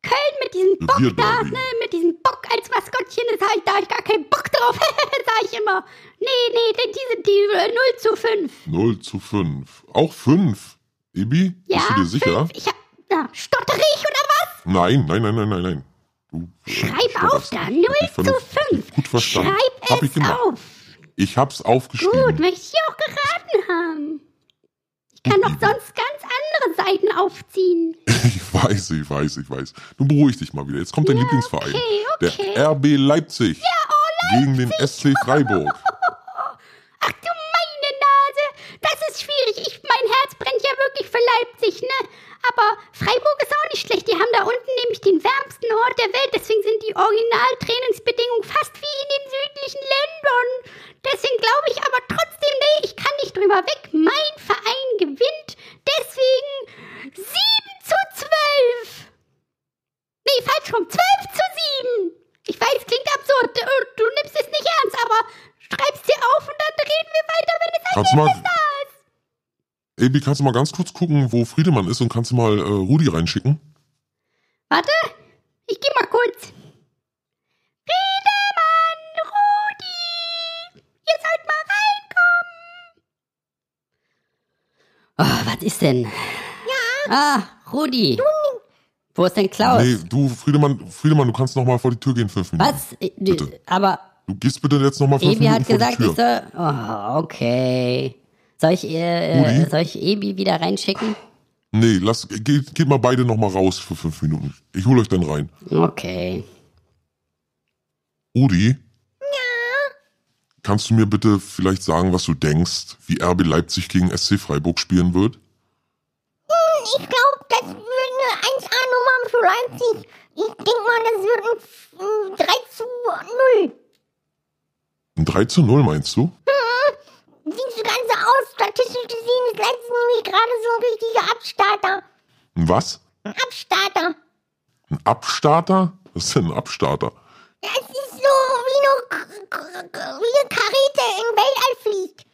[SPEAKER 3] Köln mit diesem Bock
[SPEAKER 5] Wir
[SPEAKER 3] da,
[SPEAKER 5] Derby.
[SPEAKER 3] ne, mit diesem Bock als Maskottchen, das hab ich, da hab ich gar keinen Bock drauf, sag ich immer. Nee, nee, denn diese die äh, 0 zu 5.
[SPEAKER 5] 0 zu 5. Auch 5. Ibi,
[SPEAKER 3] Ja,
[SPEAKER 5] bist du dir sicher?
[SPEAKER 3] fünf. ich hab, na, stottere ich oder was?
[SPEAKER 5] Nein, nein, nein, nein, nein, nein. Du, äh,
[SPEAKER 3] Schreib
[SPEAKER 5] du
[SPEAKER 3] auf
[SPEAKER 5] hast
[SPEAKER 3] da,
[SPEAKER 5] nicht
[SPEAKER 3] 0 zu
[SPEAKER 5] vernünftig-
[SPEAKER 3] 5.
[SPEAKER 5] Gut verstanden.
[SPEAKER 3] Schreib
[SPEAKER 5] Hab
[SPEAKER 3] es
[SPEAKER 5] ich gemacht.
[SPEAKER 3] auf.
[SPEAKER 5] Ich hab's
[SPEAKER 3] Gut,
[SPEAKER 5] aufgeschrieben.
[SPEAKER 3] möchte ich dir auch geraten haben. Ich kann doch sonst ganz andere Seiten aufziehen.
[SPEAKER 5] Ich weiß, ich weiß, ich weiß. Nun beruhig dich mal wieder. Jetzt kommt dein Lieblingsverein.
[SPEAKER 3] okay, okay.
[SPEAKER 5] Der RB Leipzig. Gegen den SC Freiburg.
[SPEAKER 3] Ach du meine Nase, das ist schwierig. Ich, mein Herz brennt ja wirklich für Leipzig, ne? Aber Freiburg ist auch nicht schlecht. Die haben da unten nämlich den wärmsten Ort der Welt. Deswegen sind die Originaltrainingsbedingungen fast wie in den südlichen Ländern. Deswegen glaube ich aber trotzdem, nee, ich kann nicht drüber weg. Mein Verein gewinnt. Deswegen 7 zu 12. Nee, falsch rum. 12 zu 7. Ich weiß, klingt absurd. Äh, Du, du nimmst es nicht ernst, aber schreib's dir auf und dann reden wir weiter, wenn es
[SPEAKER 5] Kannst du mal. Ebi, kannst du mal ganz kurz gucken, wo Friedemann ist und kannst du mal äh, Rudi reinschicken?
[SPEAKER 3] Warte, ich geh mal kurz. Friedemann, Rudi, ihr sollt mal reinkommen.
[SPEAKER 2] Oh, was ist denn? Ja. Ah, Rudi. Wo ist denn Klaus?
[SPEAKER 5] Nee, du, Friedemann, Friedemann, du kannst noch mal vor die Tür gehen, fünf Minuten.
[SPEAKER 2] Was? Äh, die-
[SPEAKER 5] Bitte.
[SPEAKER 2] Aber
[SPEAKER 5] Du gehst bitte jetzt noch mal fünf
[SPEAKER 2] Evi
[SPEAKER 5] Minuten
[SPEAKER 2] hat
[SPEAKER 5] vor
[SPEAKER 2] gesagt,
[SPEAKER 5] die
[SPEAKER 2] ich
[SPEAKER 5] Tür.
[SPEAKER 2] soll. Oh, okay. Soll ich, äh, äh, soll ich Ebi wieder reinschicken?
[SPEAKER 5] Nee, lass, geht, geht mal beide nochmal raus für fünf Minuten. Ich hol euch dann rein.
[SPEAKER 2] Okay.
[SPEAKER 5] Udi? Ja? Kannst du mir bitte vielleicht sagen, was du denkst, wie RB Leipzig gegen SC Freiburg spielen wird?
[SPEAKER 3] Ich glaube, das wird eine 1A-Nummer für Leipzig. Ich denke mal, das wird ein mm, 3 zu 0.
[SPEAKER 5] Ein 3 zu 0 meinst du?
[SPEAKER 3] Diese ganze aus, statistisch gesehen, ist Leipzig nämlich gerade so ein richtiger Abstarter.
[SPEAKER 5] Ein was?
[SPEAKER 3] Ein Abstarter.
[SPEAKER 5] Ein Abstarter? Was ist denn ein Abstarter?
[SPEAKER 3] Es ist so wie eine, K- K- K- wie eine Karete im Weltall fliegt.
[SPEAKER 5] Sch-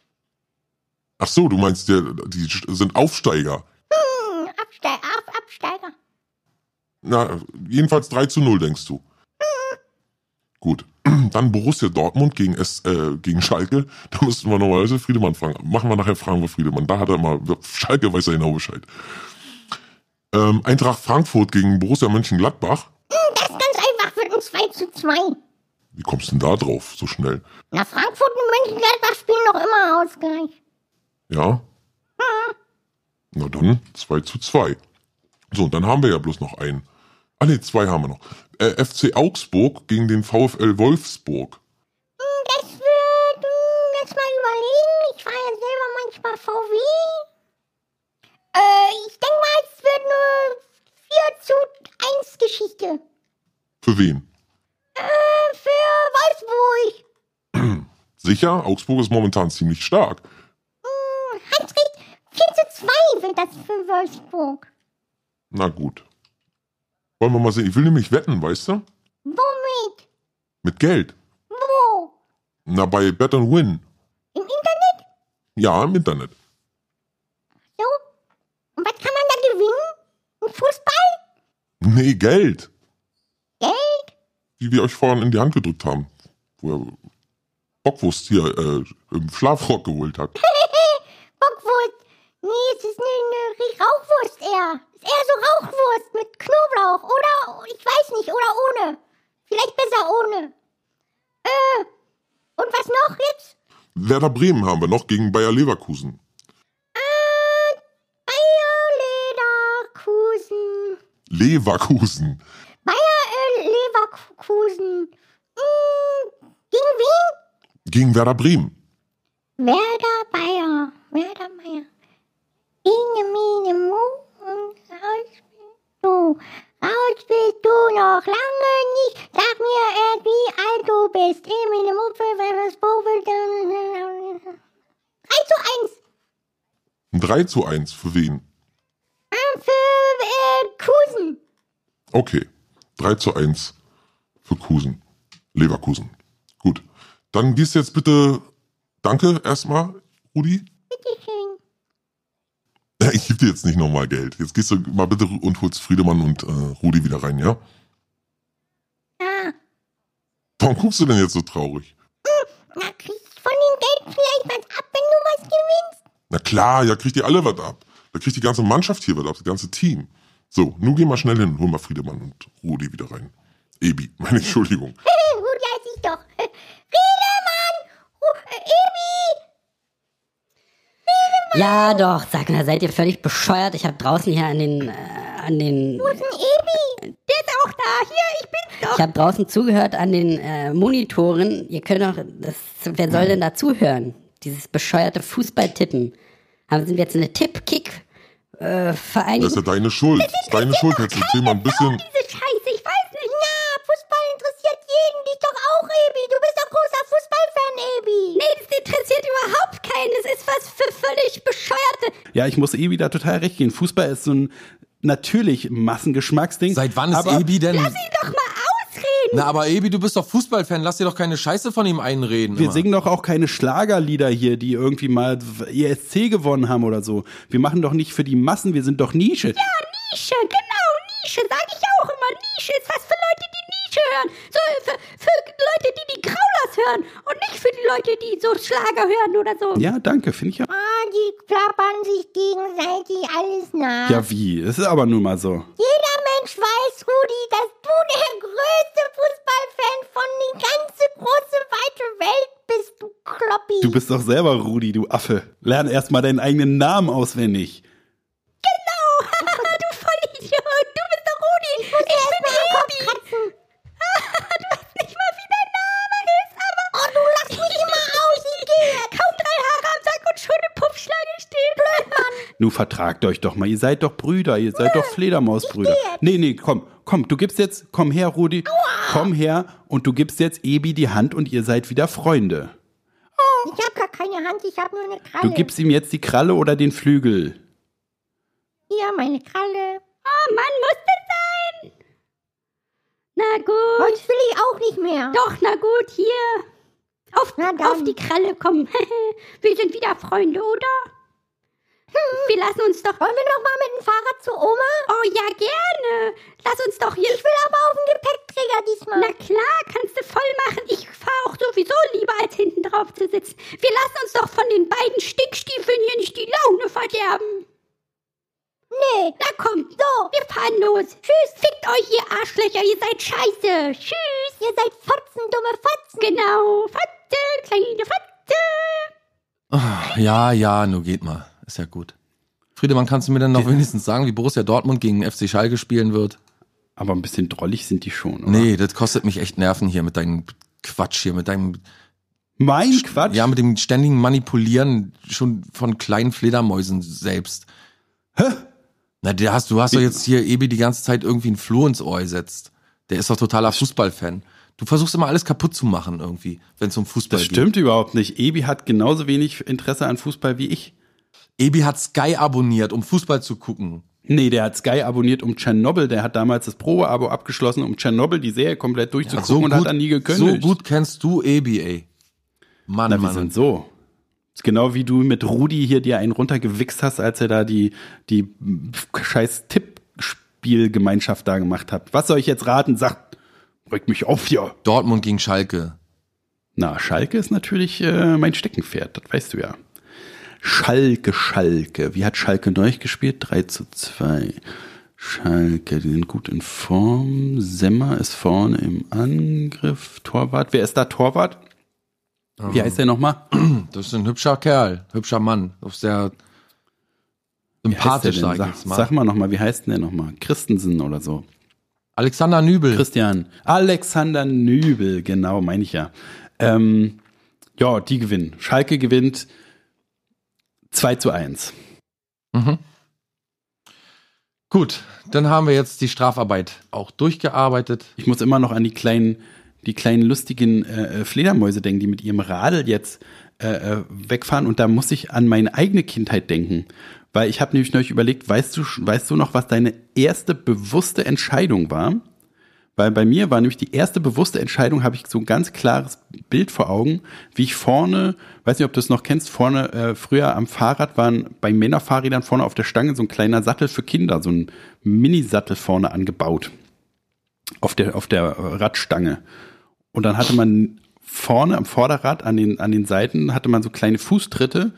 [SPEAKER 5] Ach so, du meinst, die, die sch- sind Aufsteiger.
[SPEAKER 3] Hm, Abste Ab Absteiger.
[SPEAKER 5] Na, jedenfalls 3 zu 0, denkst du. Gut. Dann Borussia Dortmund gegen, S, äh, gegen Schalke. Da müssten wir normalerweise Friedemann fragen. Machen wir nachher Fragen wir Friedemann. Da hat er mal. Schalke weiß ja genau Bescheid. Ähm, Eintracht Frankfurt gegen Borussia Mönchengladbach.
[SPEAKER 3] Hm, Das ganz einfach wird ein 2 zu 2.
[SPEAKER 5] Wie kommst du denn da drauf so schnell?
[SPEAKER 3] Na, Frankfurt und Mönchengladbach spielen doch immer Ausgleich.
[SPEAKER 5] Ja? Na dann, 2 zu 2. So, und dann haben wir ja bloß noch einen. Ah ne, zwei haben wir noch. Äh, FC Augsburg gegen den VfL Wolfsburg.
[SPEAKER 3] Hm, Das wird, hm, jetzt mal überlegen, ich fahre ja selber manchmal VW. Äh, ich denke mal, es wird eine 4 zu 1 Geschichte.
[SPEAKER 5] Für wen?
[SPEAKER 3] Äh, für Wolfsburg.
[SPEAKER 5] Sicher, Augsburg ist momentan ziemlich stark.
[SPEAKER 3] Hans-Richt, 4 Hm, zu 2 wird das für Wolfsburg.
[SPEAKER 5] Na gut. Wollen wir mal sehen. Ich will nämlich wetten, weißt du?
[SPEAKER 3] Womit?
[SPEAKER 5] Mit Geld.
[SPEAKER 3] Wo?
[SPEAKER 5] Na, bei Bet and Win.
[SPEAKER 3] Im Internet?
[SPEAKER 5] Ja, im Internet.
[SPEAKER 3] So. Und was kann man da gewinnen? Ein Fußball?
[SPEAKER 5] Nee, Geld.
[SPEAKER 3] Geld?
[SPEAKER 5] Die wir euch vorhin in die Hand gedrückt haben. Wo ihr Bockwurst hier äh, im Schlafrock geholt habt.
[SPEAKER 3] Bockwurst? Nee, es ist eine, eine Rie- Rauchwurst eher. Ist eher so Rauchwurst mit Knoblauch. Oder, ich weiß nicht, oder ohne. Vielleicht besser ohne. Äh, und was noch jetzt?
[SPEAKER 5] Werder Bremen haben wir noch gegen Bayer Leverkusen.
[SPEAKER 3] Äh, Bayer Leverkusen.
[SPEAKER 5] Leverkusen.
[SPEAKER 3] Bayer äh, Leverkusen. Hm, gegen wen?
[SPEAKER 5] Gegen Werder Bremen.
[SPEAKER 3] Werder Bayer. Werder Bayer. Ine, mine, mu und raus bist du. Raus bist du noch lange nicht. Sag mir erst, wie alt du bist. Emine, Mupfel, Werdes, Popel. 3 äh, zu 1.
[SPEAKER 5] Ein 3 zu 1 für wen?
[SPEAKER 3] Äh, Für äh, Kusen.
[SPEAKER 5] Okay. 3 zu 1 für Kusen. Leverkusen. Gut. Dann gehst jetzt bitte. Danke erstmal, Rudi.
[SPEAKER 3] Bitteschön.
[SPEAKER 5] Ich gebe dir jetzt nicht nochmal Geld. Jetzt gehst du mal bitte und holst Friedemann und äh, Rudi wieder rein, ja?
[SPEAKER 3] Ja.
[SPEAKER 5] Warum guckst du denn jetzt so traurig?
[SPEAKER 3] Na, kriegst von dem Geld vielleicht was ab, wenn du was gewinnst?
[SPEAKER 5] Na klar, ja, kriegt ihr alle was ab. Da kriegt die ganze Mannschaft hier was ab, das ganze Team. So, nun geh mal schnell hin und hol mal Friedemann und Rudi wieder rein. Ebi, meine Entschuldigung.
[SPEAKER 3] Gut, heiß ich doch. Redemann! Ru- äh, Ebi!
[SPEAKER 2] Ja, doch, sag mal, seid ihr völlig bescheuert? Ich hab draußen hier an den, äh, an den,
[SPEAKER 3] Ein Ebi!
[SPEAKER 2] Der ist auch da. Hier, ich bin doch. Ich habe draußen zugehört an den äh, Monitoren. Ihr könnt doch. Das, wer soll denn da zuhören? Dieses bescheuerte Fußballtippen. Haben sind wir jetzt eine äh, Tipp-Kick-Vereinigung?
[SPEAKER 5] Das ist ja deine Schuld. Das ist deine Schuld, hättest du das Thema ein bisschen.
[SPEAKER 3] Diese Scheiße, ich weiß nicht. Na, Fußball interessiert jeden. Dich doch auch, Ebi. Du bist doch großer Fußballfan, Ebi.
[SPEAKER 2] nee, das interessiert überhaupt keinen. Das ist was für völlig bescheuerte.
[SPEAKER 6] Ja, ich muss Ebi da total recht gehen. Fußball ist so ein natürlich Massengeschmacksding.
[SPEAKER 1] Seit wann ist
[SPEAKER 6] aber,
[SPEAKER 1] Ebi denn?
[SPEAKER 2] Doch mal ausreden.
[SPEAKER 1] Na, aber Ebi, du bist doch Fußballfan. Lass dir doch keine Scheiße von ihm einreden.
[SPEAKER 6] Wir
[SPEAKER 1] immer.
[SPEAKER 6] singen doch auch keine Schlagerlieder hier, die irgendwie mal ESC gewonnen haben oder so. Wir machen doch nicht für die Massen, wir sind doch Nische.
[SPEAKER 2] Nische, genau, Nische, sage ich auch immer. Nische ist was für Leute, die Nische hören. So für, für Leute, die die Graulers hören und nicht für die Leute, die so Schlager hören oder so.
[SPEAKER 6] Ja, danke, finde ich ja.
[SPEAKER 3] Ah, die klappern sich gegenseitig alles nach.
[SPEAKER 6] Ja, wie? Das ist aber nun mal so.
[SPEAKER 3] Jeder Mensch weiß, Rudi, dass du der größte Fußballfan von die ganze große weite Welt bist, du Kloppi.
[SPEAKER 2] Papi.
[SPEAKER 4] Du bist doch selber Rudi, du Affe. Lern erstmal deinen eigenen Namen auswendig.
[SPEAKER 3] Genau. du Vollidiot. Du bist der Rudi. Ich, bin Ebi. du weißt nicht mal, wie dein Name ist, aber...
[SPEAKER 2] Oh, du lachst mich immer aus, Igitt.
[SPEAKER 3] Kaum drei Haare am Sack und schon eine Puffschlange stehen.
[SPEAKER 4] Nun vertragt euch doch mal. Ihr seid doch Brüder. Ihr seid doch Fledermausbrüder. Nee, nee, komm. Komm, du gibst jetzt... Komm her, Rudi. Komm her und du gibst jetzt Ebi die Hand und ihr seid wieder Freunde.
[SPEAKER 2] Ich hab gar keine Hand, ich hab nur eine Kralle.
[SPEAKER 4] Du gibst ihm jetzt die Kralle oder den Flügel.
[SPEAKER 2] Hier, meine Kralle.
[SPEAKER 3] Oh Mann, muss das sein? Na gut.
[SPEAKER 2] Heute Oh, will ich auch nicht mehr.
[SPEAKER 3] Doch, na gut, hier. Auf,
[SPEAKER 2] Na dann.
[SPEAKER 3] auf die Kralle kommen. Wir sind wieder Freunde, oder? Wir lassen uns doch.
[SPEAKER 2] Hm. Wollen wir noch mal mit dem Fahrrad zu Oma?
[SPEAKER 3] Oh ja, gerne. Lass uns doch hier.
[SPEAKER 2] Ich will aber auf den Gepäckträger diesmal.
[SPEAKER 3] Na klar, kannst du voll machen. Ich fahre auch sowieso lieber, als hinten drauf zu sitzen. Wir lassen uns doch von den beiden Stickstiefeln hier nicht die Laune verderben.
[SPEAKER 2] nee.
[SPEAKER 3] Na komm, so, wir fahren los. Tschüss, fickt euch, ihr Arschlöcher, ihr seid scheiße. Tschüss.
[SPEAKER 2] Ihr seid Fotzen, dumme Fotzen.
[SPEAKER 3] Genau, Fatte, kleine Fatte.
[SPEAKER 1] Ja, ja, nur geht mal. Ist ja gut. Friedemann, kannst du mir denn noch wenigstens sagen, wie Borussia Dortmund gegen FC Schalke spielen wird?
[SPEAKER 4] Aber ein bisschen drollig sind die schon, oder?
[SPEAKER 1] Nee, das kostet mich echt Nerven hier mit deinem Quatsch hier, mit deinem,
[SPEAKER 4] Mein Quatsch.
[SPEAKER 1] ja, mit dem ständigen Manipulieren schon von kleinen Fledermäusen selbst. Hä? Na, der hast, du hast doch jetzt hier Ebi die ganze Zeit irgendwie einen Floh ins Ohr gesetzt. Der ist doch totaler Fußballfan. Du versuchst immer alles kaputt zu machen irgendwie, wenn es um Fußball
[SPEAKER 4] das
[SPEAKER 1] geht.
[SPEAKER 4] stimmt überhaupt nicht. Ebi hat genauso wenig Interesse an Fußball wie ich.
[SPEAKER 1] Ebi hat Sky abonniert, um Fußball zu gucken.
[SPEAKER 4] Nee, der hat Sky abonniert um Tschernobyl. Der hat damals das Probeabo abgeschlossen, um Tschernobyl die Serie komplett durchzugucken und hat dann nie
[SPEAKER 1] so
[SPEAKER 4] gekündigt.
[SPEAKER 1] gut kennst du Ebi, ey. Mann,
[SPEAKER 4] Na, wir
[SPEAKER 1] Mann.
[SPEAKER 4] sind so. Ist genau wie du mit Rudi hier dir einen runtergewichst hast, als er da die, die scheiß Tippspielgemeinschaft da gemacht hat. Was soll ich jetzt raten? Sagt, regt mich auf hier.
[SPEAKER 1] Dortmund gegen Schalke.
[SPEAKER 4] Na, Schalke ist natürlich äh, mein Steckenpferd, das weißt du ja. Schalke, Schalke. Wie hat Schalke neulich gespielt? 3 zu 2. Schalke, die sind gut in Form. Semmer ist vorne im Angriff. Torwart. Wer ist da Torwart? Wie heißt der nochmal?
[SPEAKER 1] Das ist ein hübscher Kerl, hübscher Mann. Auch sehr sympathisch, sag ich
[SPEAKER 4] sag,
[SPEAKER 1] jetzt mal.
[SPEAKER 4] sag mal nochmal, wie heißt denn der nochmal? Christensen oder so.
[SPEAKER 1] Alexander Nübel.
[SPEAKER 4] Christian. Alexander Nübel, genau, meine ich ja. Ähm, ja, die gewinnen. Schalke gewinnt 2 zu 1.
[SPEAKER 1] Gut, dann haben wir jetzt die Strafarbeit auch durchgearbeitet.
[SPEAKER 4] Ich muss immer noch an die kleinen, die kleinen lustigen äh, äh, Fledermäuse denken, die mit ihrem Radl jetzt äh, äh, wegfahren. Und da muss ich an meine eigene Kindheit denken. Weil ich habe nämlich neulich überlegt, weißt du, sch- weißt du noch, was deine erste bewusste Entscheidung war? Weil bei mir war nämlich die erste bewusste Entscheidung, habe ich so ein ganz klares Bild vor Augen, wie ich vorne, weiß nicht, ob du es noch kennst, vorne äh, früher am Fahrrad waren bei Männerfahrrädern vorne auf der Stange so ein kleiner Sattel für Kinder, so ein Minisattel vorne angebaut auf der, auf der Radstange. Und dann hatte man vorne am Vorderrad an den, an den Seiten hatte man so kleine Fußtritte,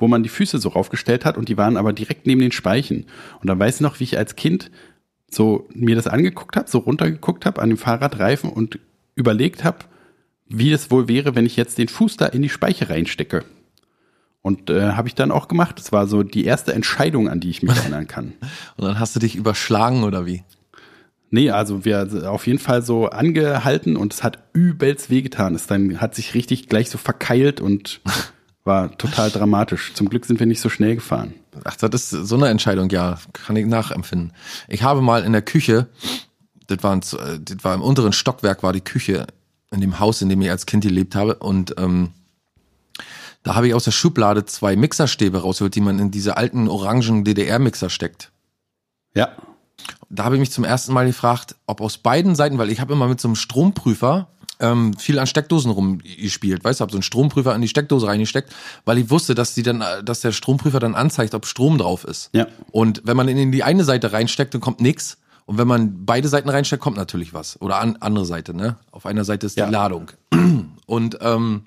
[SPEAKER 4] wo man die Füße so raufgestellt hat und die waren aber direkt neben den Speichen. Und dann weiß ich noch, wie ich als Kind so mir das angeguckt habe, so runtergeguckt habe an dem Fahrradreifen und überlegt habe, wie es wohl wäre, wenn ich jetzt den Fuß da in die Speiche reinstecke. Und äh, habe ich dann auch gemacht. Das war so die erste Entscheidung, an die ich mich erinnern kann.
[SPEAKER 1] Und dann hast du dich überschlagen oder wie?
[SPEAKER 4] Nee, also wir sind auf jeden Fall so angehalten und es hat übelst wehgetan. Es dann hat sich richtig gleich so verkeilt und war total dramatisch. Zum Glück sind wir nicht so schnell gefahren.
[SPEAKER 1] Ach, das ist so eine Entscheidung, ja, kann ich nachempfinden. Ich habe mal in der Küche, das war, ein, Z- das war im unteren Stockwerk, war die Küche in dem Haus, in dem ich als Kind gelebt habe. Und ähm, da habe ich aus der Schublade zwei Mixerstäbe rausgeholt, die man in diese alten orangen DDR-Mixer steckt.
[SPEAKER 4] Ja.
[SPEAKER 1] da habe ich mich zum ersten Mal gefragt, ob aus beiden Seiten, weil ich habe immer mit so einem Stromprüfer ähm, viel an Steckdosen rumgespielt, weißt du, habe so einen Stromprüfer in die Steckdose reingesteckt, weil ich wusste, dass die dann, äh, dass der Stromprüfer dann anzeigt, ob Strom drauf ist.
[SPEAKER 4] Ja.
[SPEAKER 1] Und wenn man ihn in die eine Seite reinsteckt, dann kommt nix. Und wenn man beide Seiten reinsteckt, kommt natürlich was. Oder an, andere Seite, ne? Auf einer Seite ist die
[SPEAKER 4] Ja.
[SPEAKER 1] Ladung. Und ähm,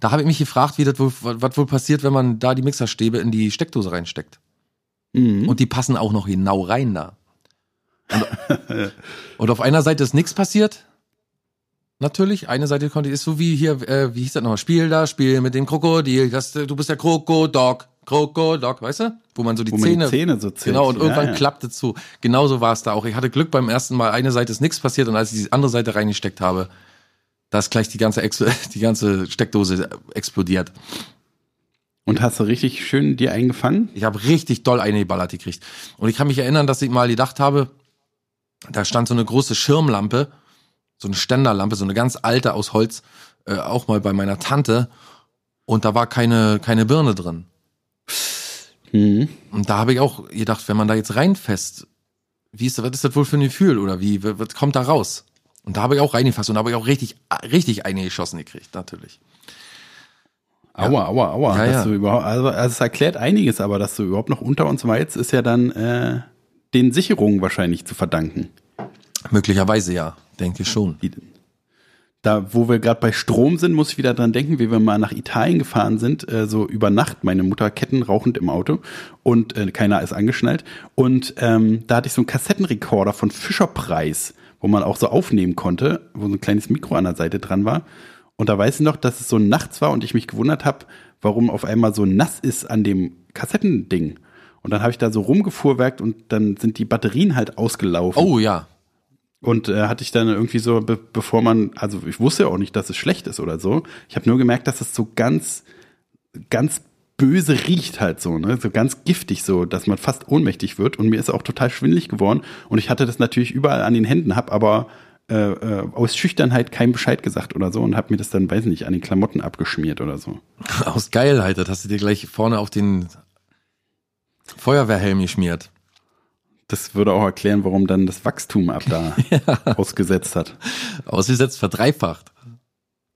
[SPEAKER 1] da habe ich mich gefragt, wie das wohl, was wohl passiert, wenn man da die Mixerstäbe in die Steckdose reinsteckt.
[SPEAKER 4] Hm?
[SPEAKER 1] Und die passen auch noch genau rein da. Und, und auf einer Seite ist nichts passiert Natürlich, eine Seite konnte ist so wie hier, äh, wie hieß das nochmal? Spiel da, Spiel mit dem Krokodil. Das, äh, du bist der Krokodog. Krokodog, weißt du? Wo man so die
[SPEAKER 4] Wo man die
[SPEAKER 1] Zähne.
[SPEAKER 4] Zähne so zählt.
[SPEAKER 1] Genau, und
[SPEAKER 4] Ja,
[SPEAKER 1] irgendwann
[SPEAKER 4] ja.
[SPEAKER 1] klappte zu. Genauso war es da auch. Ich hatte Glück beim ersten Mal, eine Seite ist nichts passiert und als ich die andere Seite reingesteckt habe, da ist gleich die ganze, Ex die ganze Steckdose explodiert.
[SPEAKER 4] Und hast du richtig schön dir eingefangen?
[SPEAKER 1] Ich habe richtig doll eine geballert gekriegt. Und ich kann mich erinnern, dass ich mal gedacht habe, da stand so eine große Schirmlampe, so eine Ständerlampe, so eine ganz alte aus Holz, äh, auch mal bei meiner Tante. Und da war keine, keine Birne drin.
[SPEAKER 4] Mhm.
[SPEAKER 1] Und da habe ich auch gedacht, wenn man da jetzt reinfasst, wie ist das, was ist das wohl für ein Gefühl oder wie, w- was kommt da raus? Und da habe ich auch reingefasst und da habe ich auch richtig, richtig eine geschossen gekriegt, natürlich.
[SPEAKER 4] Aua, aua, aua.
[SPEAKER 1] Ja,
[SPEAKER 4] dass
[SPEAKER 1] ja.
[SPEAKER 4] Du überhaupt, also, also es erklärt einiges, aber dass du überhaupt noch unter uns weizt, ist ja dann äh, den Sicherungen wahrscheinlich zu verdanken.
[SPEAKER 1] Möglicherweise ja, denke ich schon.
[SPEAKER 4] Die, da, wo wir gerade bei Strom sind, muss ich wieder dran denken, wie wir mal nach Italien gefahren sind, äh, so über Nacht, meine Mutter kettenrauchend im Auto und äh, keiner ist angeschnallt. Und ähm, da hatte ich so einen Kassettenrekorder von Fischerpreis, wo man auch so aufnehmen konnte, wo so ein kleines Mikro an der Seite dran war. Und da weiß ich noch, dass es so nachts war und ich mich gewundert habe, warum auf einmal so nass ist an dem Kassettending. Und dann habe ich da so rumgefuhrwerkt und dann sind die Batterien halt ausgelaufen.
[SPEAKER 1] Oh ja,
[SPEAKER 4] Und äh, hatte ich dann irgendwie so, be bevor man, also ich wusste ja auch nicht, dass es schlecht ist oder so. Ich habe nur gemerkt, dass es so ganz, ganz böse riecht halt so, ne? So ganz giftig so, dass man fast ohnmächtig wird. Und mir ist auch total schwindelig geworden. Und ich hatte das natürlich überall an den Händen, habe aber äh, äh, aus Schüchternheit keinen Bescheid gesagt oder so und habe mir das dann, weiß nicht, an den Klamotten abgeschmiert oder so.
[SPEAKER 1] Aus Geilheit, das hast du dir gleich vorne auf den Feuerwehrhelm geschmiert.
[SPEAKER 4] Das würde auch erklären, warum dann das Wachstum ab da ausgesetzt hat.
[SPEAKER 1] Ausgesetzt, verdreifacht.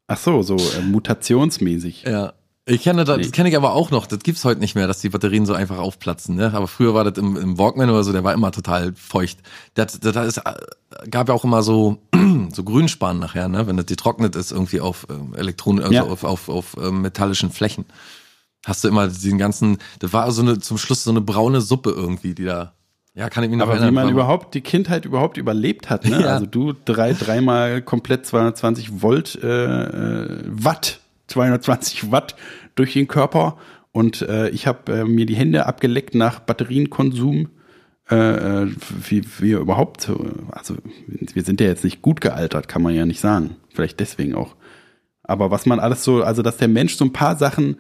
[SPEAKER 4] Ach so, so äh, mutationsmäßig.
[SPEAKER 1] Ja. Ich kenne das,
[SPEAKER 4] Nee.
[SPEAKER 1] das kenne ich aber auch noch, das gibt's heute nicht mehr, dass die Batterien so einfach aufplatzen, ne? Aber früher war das im, im Walkman oder so, der war immer total feucht. Das, das ist, äh, gab ja auch immer so, so Grünspan nachher, ne? Wenn das getrocknet ist, irgendwie auf ähm, Elektronen, also
[SPEAKER 4] Ja.
[SPEAKER 1] auf, auf, auf ähm, metallischen Flächen. Hast du immer den ganzen, das war so eine, zum Schluss so eine braune Suppe irgendwie, die da, ja, kann ich mich noch
[SPEAKER 4] Aber wie
[SPEAKER 1] erinnern.
[SPEAKER 4] man
[SPEAKER 1] war-
[SPEAKER 4] überhaupt die Kindheit überhaupt überlebt hat, ne?
[SPEAKER 1] Ja.
[SPEAKER 4] Also du drei, dreimal komplett 220 Volt, äh, äh, Watt, 220 Watt durch den Körper und äh, ich habe äh, mir die Hände abgeleckt nach Batterienkonsum. Äh, äh, wie wir überhaupt, so- also wir sind ja jetzt nicht gut gealtert, kann man ja nicht sagen. Vielleicht deswegen auch. Aber was man alles so, also dass der Mensch so ein paar Sachen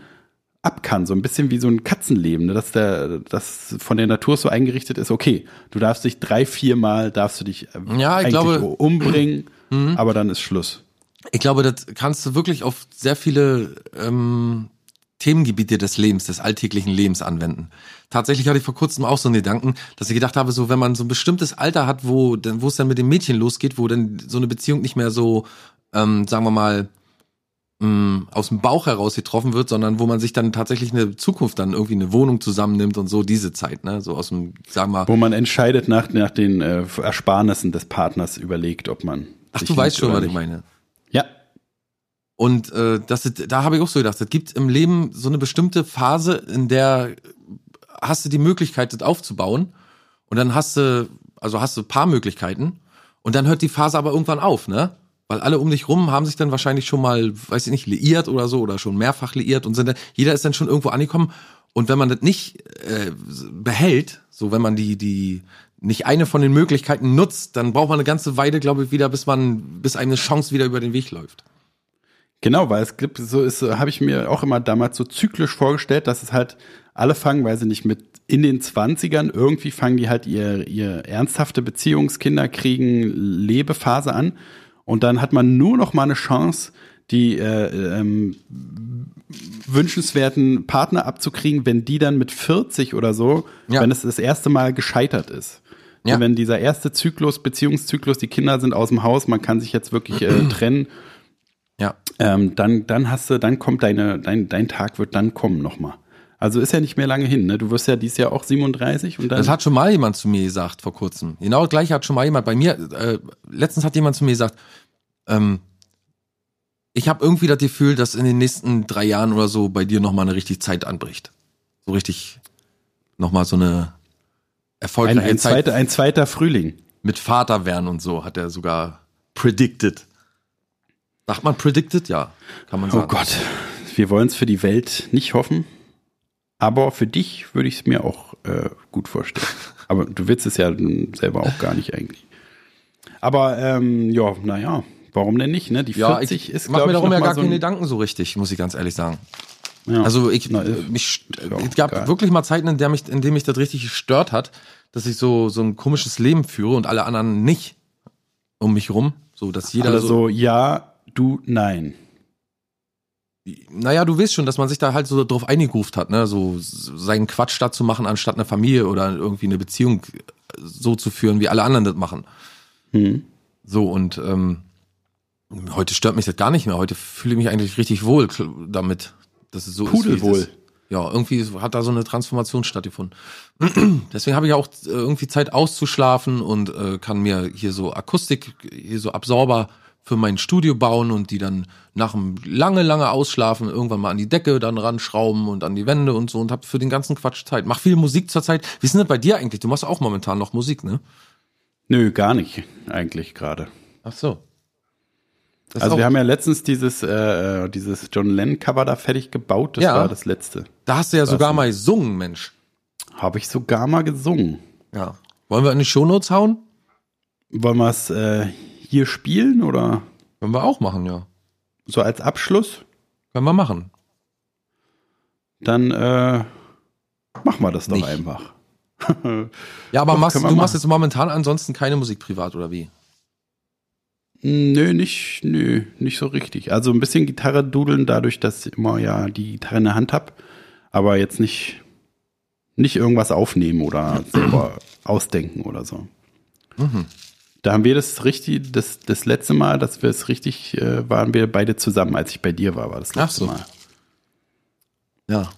[SPEAKER 4] ab kann, so ein bisschen wie so ein Katzenleben, ne? dass der, das von der Natur so eingerichtet ist, okay, du darfst dich drei, viermal darfst du dich äh,
[SPEAKER 1] Ja, ich
[SPEAKER 4] eigentlich
[SPEAKER 1] glaube- Mhm.
[SPEAKER 4] umbringen, aber dann ist Schluss.
[SPEAKER 1] Ich glaube, das kannst du wirklich auf sehr viele ähm, Themengebiete des Lebens, des alltäglichen Lebens anwenden. Tatsächlich hatte ich vor kurzem auch so einen Gedanken, dass ich gedacht habe, so wenn man so ein bestimmtes Alter hat, wo dann- wo es dann mit dem Mädchen losgeht, wo dann so eine Beziehung nicht mehr so, ähm, sagen wir mal, ähm, aus dem Bauch heraus getroffen wird, sondern wo man sich dann tatsächlich eine Zukunft dann irgendwie eine Wohnung zusammennimmt und so diese Zeit, ne, so aus dem, sagen wir,
[SPEAKER 4] Wo man entscheidet nach, nach den äh, Ersparnissen des Partners überlegt, ob man.
[SPEAKER 1] ach
[SPEAKER 4] sich
[SPEAKER 1] du weißt
[SPEAKER 4] liebt
[SPEAKER 1] schon,
[SPEAKER 4] oder
[SPEAKER 1] was ich
[SPEAKER 4] nicht.
[SPEAKER 1] meine.
[SPEAKER 4] Ja.
[SPEAKER 1] Und äh, das, ist- da habe ich auch so gedacht, es gibt im Leben so eine bestimmte Phase, in der hast du die Möglichkeit, das aufzubauen. Und dann hast du, also hast du ein paar Möglichkeiten. Und dann hört die Phase aber irgendwann auf, ne? Weil alle um dich rum haben sich dann wahrscheinlich schon mal, weiß ich nicht, liiert oder so oder schon mehrfach liiert und sind dann, jeder ist dann schon irgendwo angekommen. Und wenn man das nicht äh, behält, so wenn man die, die nicht eine von den Möglichkeiten nutzt, dann braucht man eine ganze Weile, glaube ich, wieder, bis man, bis einem eine Chance wieder über den Weg läuft.
[SPEAKER 4] Genau, weil es gibt, so ist, äh, habe ich mir auch immer damals so zyklisch vorgestellt, dass es halt alle fangen, weiß ich nicht, mit in den 20ern irgendwie fangen die halt ihr, ihr ernsthafte Beziehungskinder kriegen, Lebephase an. Und dann hat man nur noch mal eine Chance, die äh, ähm, wünschenswerten Partner abzukriegen, wenn die dann mit 40 oder so,
[SPEAKER 1] Ja.
[SPEAKER 4] wenn es das erste Mal gescheitert ist.
[SPEAKER 1] Ja.
[SPEAKER 4] Ja. Wenn dieser erste Zyklus, Beziehungszyklus, die Kinder sind aus dem Haus, man kann sich jetzt wirklich äh, trennen,
[SPEAKER 1] Ja,
[SPEAKER 4] ähm, dann, dann hast du, dann kommt deine, dein, dein Tag wird dann kommen nochmal. Also ist ja nicht mehr lange hin, ne? Du wirst ja dieses Jahr auch 37 und dann.
[SPEAKER 1] das hat schon mal jemand zu mir gesagt vor kurzem. Genau das gleiche hat schon mal jemand bei mir, äh, letztens hat jemand zu mir gesagt, ähm, ich habe irgendwie das Gefühl, dass in den nächsten drei Jahren oder so bei dir nochmal eine richtig Zeit anbricht. So richtig nochmal so eine
[SPEAKER 4] ein,
[SPEAKER 1] erfolgreiche
[SPEAKER 4] ein,
[SPEAKER 1] Zeit
[SPEAKER 4] zweiter, ein zweiter Frühling.
[SPEAKER 1] mit Vater werden und so, hat er sogar predicted. Sagt man predicted, ja. Kann man sagen.
[SPEAKER 4] Oh Gott, wir wollen es für die Welt nicht hoffen, aber für dich würde ich es mir auch äh, gut vorstellen. Aber du willst es ja nun selber auch gar nicht eigentlich. Aber ähm, ja, naja, warum denn nicht? Ne? Die 40
[SPEAKER 1] Ja, ich
[SPEAKER 4] ist,
[SPEAKER 1] mach
[SPEAKER 4] glaube
[SPEAKER 1] mir
[SPEAKER 4] ich,
[SPEAKER 1] darum
[SPEAKER 4] noch
[SPEAKER 1] ja
[SPEAKER 4] mal
[SPEAKER 1] gar
[SPEAKER 4] so
[SPEAKER 1] keine
[SPEAKER 4] ein-
[SPEAKER 1] Gedanken so richtig, muss ich ganz ehrlich sagen.
[SPEAKER 4] Ja.
[SPEAKER 1] Also ich,
[SPEAKER 4] Na,
[SPEAKER 1] äh, mich, st-
[SPEAKER 4] ja,
[SPEAKER 1] es gab
[SPEAKER 4] geil.
[SPEAKER 1] wirklich mal Zeiten, in der mich, in denen mich das richtig gestört hat, dass ich so so ein komisches Leben führe und alle anderen nicht um mich rum, so dass jeder
[SPEAKER 4] Alle
[SPEAKER 1] so.
[SPEAKER 4] so, Also ja, du, nein.
[SPEAKER 1] Naja, du weißt schon, dass man sich da halt so drauf eingegruft hat, ne, so s- seinen Quatsch da zu machen, anstatt eine Familie oder irgendwie eine Beziehung so zu führen, wie alle anderen das machen.
[SPEAKER 4] Hm.
[SPEAKER 1] So und ähm, heute stört mich das gar nicht mehr. Heute fühle ich mich eigentlich richtig wohl kl- damit. Das ist so ist, wie es
[SPEAKER 4] Pudelwohl.
[SPEAKER 1] Ist, Ja, irgendwie ist- hat da so eine Transformation stattgefunden. Deswegen habe ich ja auch äh, irgendwie Zeit auszuschlafen und äh, kann mir hier so Akustik, hier so Absorber für mein Studio bauen und die dann nach dem lange, lange Ausschlafen irgendwann mal an die Decke dann ranschrauben und an die Wände und so und habe für den ganzen Quatsch Zeit. Mach viel Musik zurzeit. Wie ist denn das bei dir eigentlich? Du machst auch momentan noch Musik, ne?
[SPEAKER 4] Nö, gar nicht eigentlich gerade.
[SPEAKER 1] Ach so. Das ist
[SPEAKER 4] Also
[SPEAKER 1] auch-
[SPEAKER 4] wir haben ja letztens dieses, äh, äh, dieses John Lennon-Cover da fertig gebaut. Das
[SPEAKER 1] Ja.
[SPEAKER 4] war das letzte.
[SPEAKER 1] Da hast du ja sogar
[SPEAKER 4] Weiß
[SPEAKER 1] mal gesungen, Mensch.
[SPEAKER 4] Habe ich sogar mal gesungen.
[SPEAKER 1] Ja. Wollen wir in die Shownotes hauen?
[SPEAKER 4] Wollen wir es äh, hier spielen oder
[SPEAKER 1] Können wir auch machen, ja.
[SPEAKER 4] so als Abschluss?
[SPEAKER 1] Können wir machen.
[SPEAKER 4] Dann äh, machen wir das doch
[SPEAKER 1] Nicht.
[SPEAKER 4] einfach.
[SPEAKER 1] Ja, aber
[SPEAKER 4] Doch,
[SPEAKER 1] machst, du
[SPEAKER 4] können wir
[SPEAKER 1] machst
[SPEAKER 4] machen.
[SPEAKER 1] jetzt momentan ansonsten keine Musik privat, oder wie?
[SPEAKER 4] Nö, nicht, nö, nicht so richtig. Also ein bisschen Gitarre dudeln, dadurch, dass ich immer ja die Gitarre in der Hand habe, aber jetzt nicht, nicht irgendwas aufnehmen oder selber ausdenken oder so.
[SPEAKER 1] Mhm.
[SPEAKER 4] Da haben wir das richtig, das, das letzte Mal, dass wir es richtig, äh, waren wir beide zusammen, als ich bei dir war, war das
[SPEAKER 1] Ach
[SPEAKER 4] letzte
[SPEAKER 1] so.
[SPEAKER 4] Mal.
[SPEAKER 1] Ja.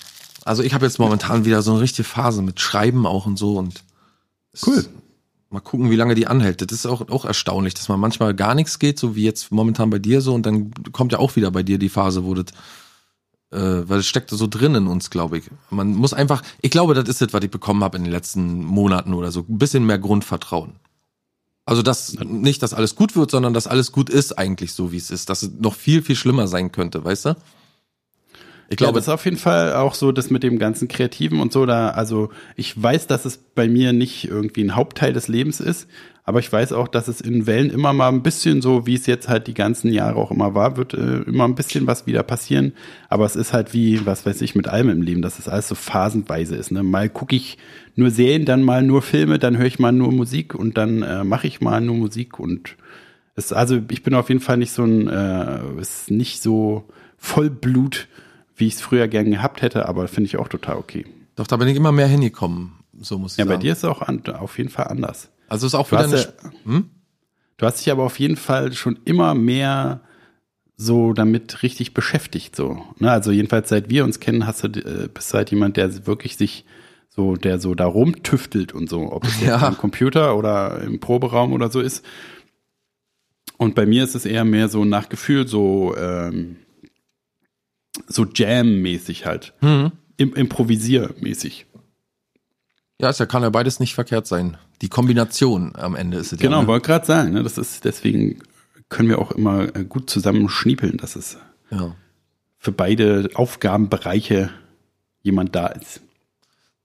[SPEAKER 1] Also ich habe jetzt momentan wieder so eine richtige Phase mit Schreiben auch und so und es-
[SPEAKER 4] Cool.
[SPEAKER 1] Mal gucken, wie lange die anhält. Das ist auch, auch erstaunlich, dass man manchmal gar nichts geht, so wie jetzt momentan bei dir so und dann kommt ja auch wieder bei dir die Phase, wo das äh, weil es steckt so drin in uns, glaube ich. Man muss einfach, ich glaube, das ist das, was ich bekommen habe in den letzten Monaten oder so. Ein bisschen mehr Grundvertrauen. Also, dass nicht, dass alles gut wird, sondern dass alles gut ist eigentlich so, wie es ist. Dass es noch viel, viel schlimmer sein könnte, weißt du? Ich
[SPEAKER 4] glaube,
[SPEAKER 1] glaube,
[SPEAKER 4] ja, das ist auf jeden Fall auch so, das mit dem ganzen Kreativen und so, da, also ich weiß, dass es bei mir nicht irgendwie ein Hauptteil des Lebens ist, aber ich weiß auch, dass es in Wellen immer mal ein bisschen so, wie es jetzt halt die ganzen Jahre auch immer war, wird äh, immer ein bisschen was wieder passieren. Aber es ist halt wie, was weiß ich, mit allem im Leben, dass es alles so phasenweise ist. Ne? Mal gucke ich nur Serien, dann mal nur Filme, dann höre ich mal nur Musik und dann äh, mache ich mal nur Musik und es, also ich bin auf jeden Fall nicht so ein, äh, ist nicht so Vollblut, wie ich es früher gern gehabt hätte, aber finde ich auch total okay.
[SPEAKER 1] doch, da bin ich immer mehr hingekommen. So muss ich
[SPEAKER 4] Ja,
[SPEAKER 1] sagen.
[SPEAKER 4] bei dir ist es auch an, auf jeden Fall anders.
[SPEAKER 1] Also, es ist auch
[SPEAKER 4] Du
[SPEAKER 1] wieder
[SPEAKER 4] hast,
[SPEAKER 1] eine.
[SPEAKER 4] ja, du hast dich aber auf jeden Fall schon immer mehr so damit richtig beschäftigt. So. Ne? Also jedenfalls seit wir uns kennen, hast du äh, bist halt jemand, der wirklich sich so, der so da rumtüftelt und so, ob es jetzt
[SPEAKER 1] Ja.
[SPEAKER 4] am Computer oder im Proberaum oder so ist. Und bei mir ist es eher mehr so nach Gefühl, so, ähm, so Jam-mäßig halt.
[SPEAKER 1] Mhm.
[SPEAKER 4] Im, Improvisier-mäßig.
[SPEAKER 1] Ja, es ja- kann ja beides nicht verkehrt sein. Die Kombination am Ende ist es
[SPEAKER 4] Genau,
[SPEAKER 1] ja. ne?
[SPEAKER 4] wollte gerade sagen, ne? das ist, deswegen können wir auch immer äh, gut zusammen schniepeln, dass es
[SPEAKER 1] Ja.
[SPEAKER 4] für beide Aufgabenbereiche jemand da ist.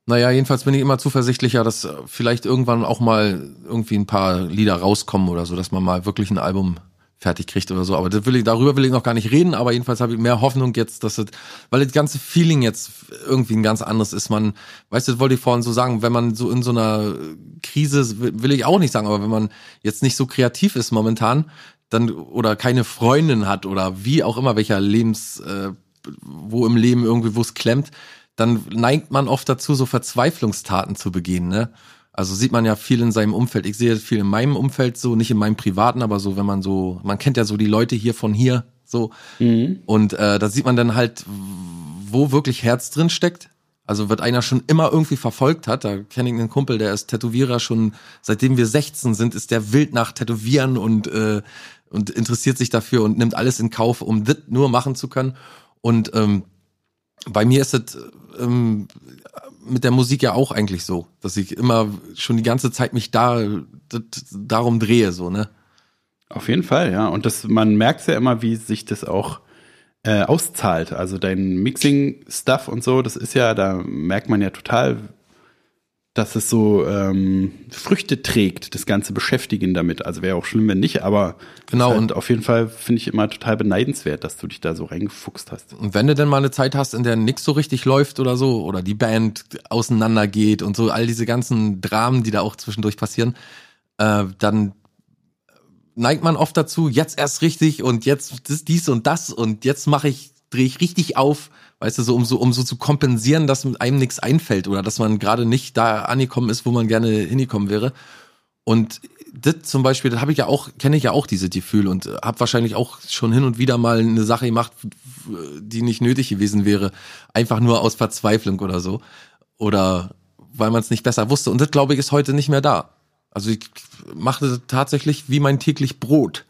[SPEAKER 1] Naja, jedenfalls bin ich immer zuversichtlicher, dass äh, vielleicht irgendwann auch mal irgendwie ein paar Lieder rauskommen oder so, dass man mal wirklich ein Album fertig kriegt oder so. Aber das will ich, darüber will ich noch gar nicht reden, aber jedenfalls habe ich mehr Hoffnung jetzt, dass das, weil das ganze Feeling jetzt irgendwie ein ganz anderes ist. Man, weißt du, das wollte ich vorhin so sagen, wenn man so in so einer Krise, ist, will will ich auch nicht sagen, aber wenn man jetzt nicht so kreativ ist momentan, dann oder keine Freundin hat oder wie auch immer, welcher Lebens, äh, wo im Leben irgendwie, wo es klemmt, dann neigt man oft dazu, so Verzweiflungstaten zu begehen, ne? Also sieht man ja viel in seinem Umfeld. Ich sehe viel in meinem Umfeld so, nicht in meinem privaten, aber so, wenn man so, man kennt ja so die Leute hier von hier, so. Und äh, da sieht man dann halt, wo wirklich Herz drin steckt. Also wird einer schon immer irgendwie verfolgt hat. Da kenne ich einen Kumpel, der ist Tätowierer schon, seitdem wir 16 sind, ist der wild nach Tätowieren und, äh, und interessiert sich dafür und nimmt alles in Kauf, um das nur machen zu können. Und ähm, bei mir ist es ähm, mit der Musik ja auch eigentlich so, dass ich immer schon die ganze Zeit mich da d- d- darum drehe, so, ne?
[SPEAKER 4] Auf jeden Fall, ja. Und das, man merkt ja immer, wie sich das auch äh, auszahlt. Also dein Mixing-Stuff und so, das ist ja, da merkt man ja total, dass es so ähm, Früchte trägt, das ganze Beschäftigen damit. Also wäre auch schlimm, wenn nicht, aber
[SPEAKER 1] Genau,
[SPEAKER 4] es ist
[SPEAKER 1] und-
[SPEAKER 4] halt auf jeden Fall finde ich immer total beneidenswert, dass du dich da so reingefuchst hast.
[SPEAKER 1] Und wenn du denn mal eine Zeit hast, in der nix so richtig läuft oder so, oder die Band auseinandergeht und so all diese ganzen Dramen, die da auch zwischendurch passieren, äh, dann neigt man oft dazu, jetzt erst richtig und jetzt das, dies und das und jetzt mache ich, drehe ich richtig auf, weißt du, so um so, um so zu kompensieren, dass mit einem nichts einfällt oder dass man gerade nicht da angekommen ist, wo man gerne hingekommen wäre. Und das zum Beispiel, das habe ich ja auch, kenne ich ja auch dieses Gefühl und habe wahrscheinlich auch schon hin und wieder mal eine Sache gemacht, die nicht nötig gewesen wäre, einfach nur aus Verzweiflung oder so. Oder weil man es nicht besser wusste. Und das, glaube ich, ist heute nicht mehr da. Also ich mache das tatsächlich wie mein täglich Brot,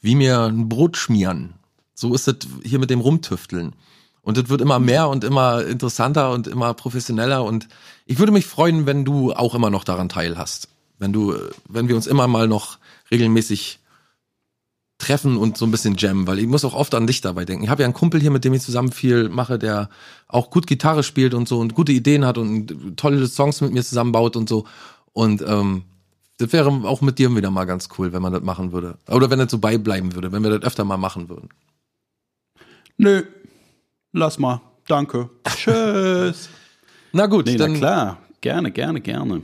[SPEAKER 1] wie mir ein Brot schmieren. So ist das hier mit dem Rumtüfteln. Und das wird immer mehr und immer interessanter und immer professioneller. Und ich würde mich freuen, wenn du auch immer noch daran teil hast. Wenn du, äh, wenn wir uns immer mal noch regelmäßig treffen und so ein bisschen jammen, weil ich muss auch oft an dich dabei denken. Ich habe ja einen Kumpel hier, mit dem ich zusammen viel mache, der auch gut Gitarre spielt und so und gute Ideen hat und tolle Songs mit mir zusammenbaut und so. Und ähm, das wäre auch mit dir wieder mal ganz cool, wenn man das machen würde. Oder wenn das so beibleiben würde, wenn wir das öfter mal machen würden.
[SPEAKER 4] Nö, lass mal. Danke. Tschüss.
[SPEAKER 1] Na gut,
[SPEAKER 4] nee,
[SPEAKER 1] dann,
[SPEAKER 4] na klar. Gerne, gerne, gerne.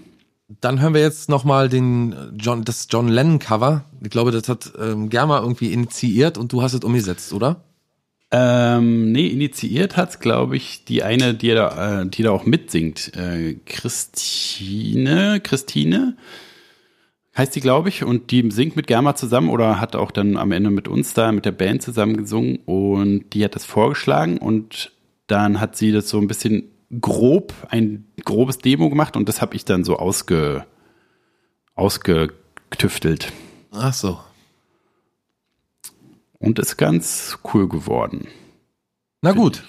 [SPEAKER 1] dann hören wir jetzt nochmal den äh, John, das John Lennon Cover. Ich glaube, das hat ähm, Germa irgendwie initiiert und du hast es umgesetzt, oder?
[SPEAKER 4] Ähm, nee, initiiert hat's, glaube ich, die eine, die da, äh, die da auch mitsingt. Äh, Christine, Christine heißt die, glaube ich, und die singt mit Germa zusammen oder hat auch dann am Ende mit uns da, mit der Band zusammen gesungen und die hat das vorgeschlagen und dann hat sie das so ein bisschen grob, ein grobes Demo gemacht und das habe ich dann so ausge, ausgetüftelt.
[SPEAKER 1] Ach so.
[SPEAKER 4] Und ist ganz cool geworden.
[SPEAKER 1] Na gut,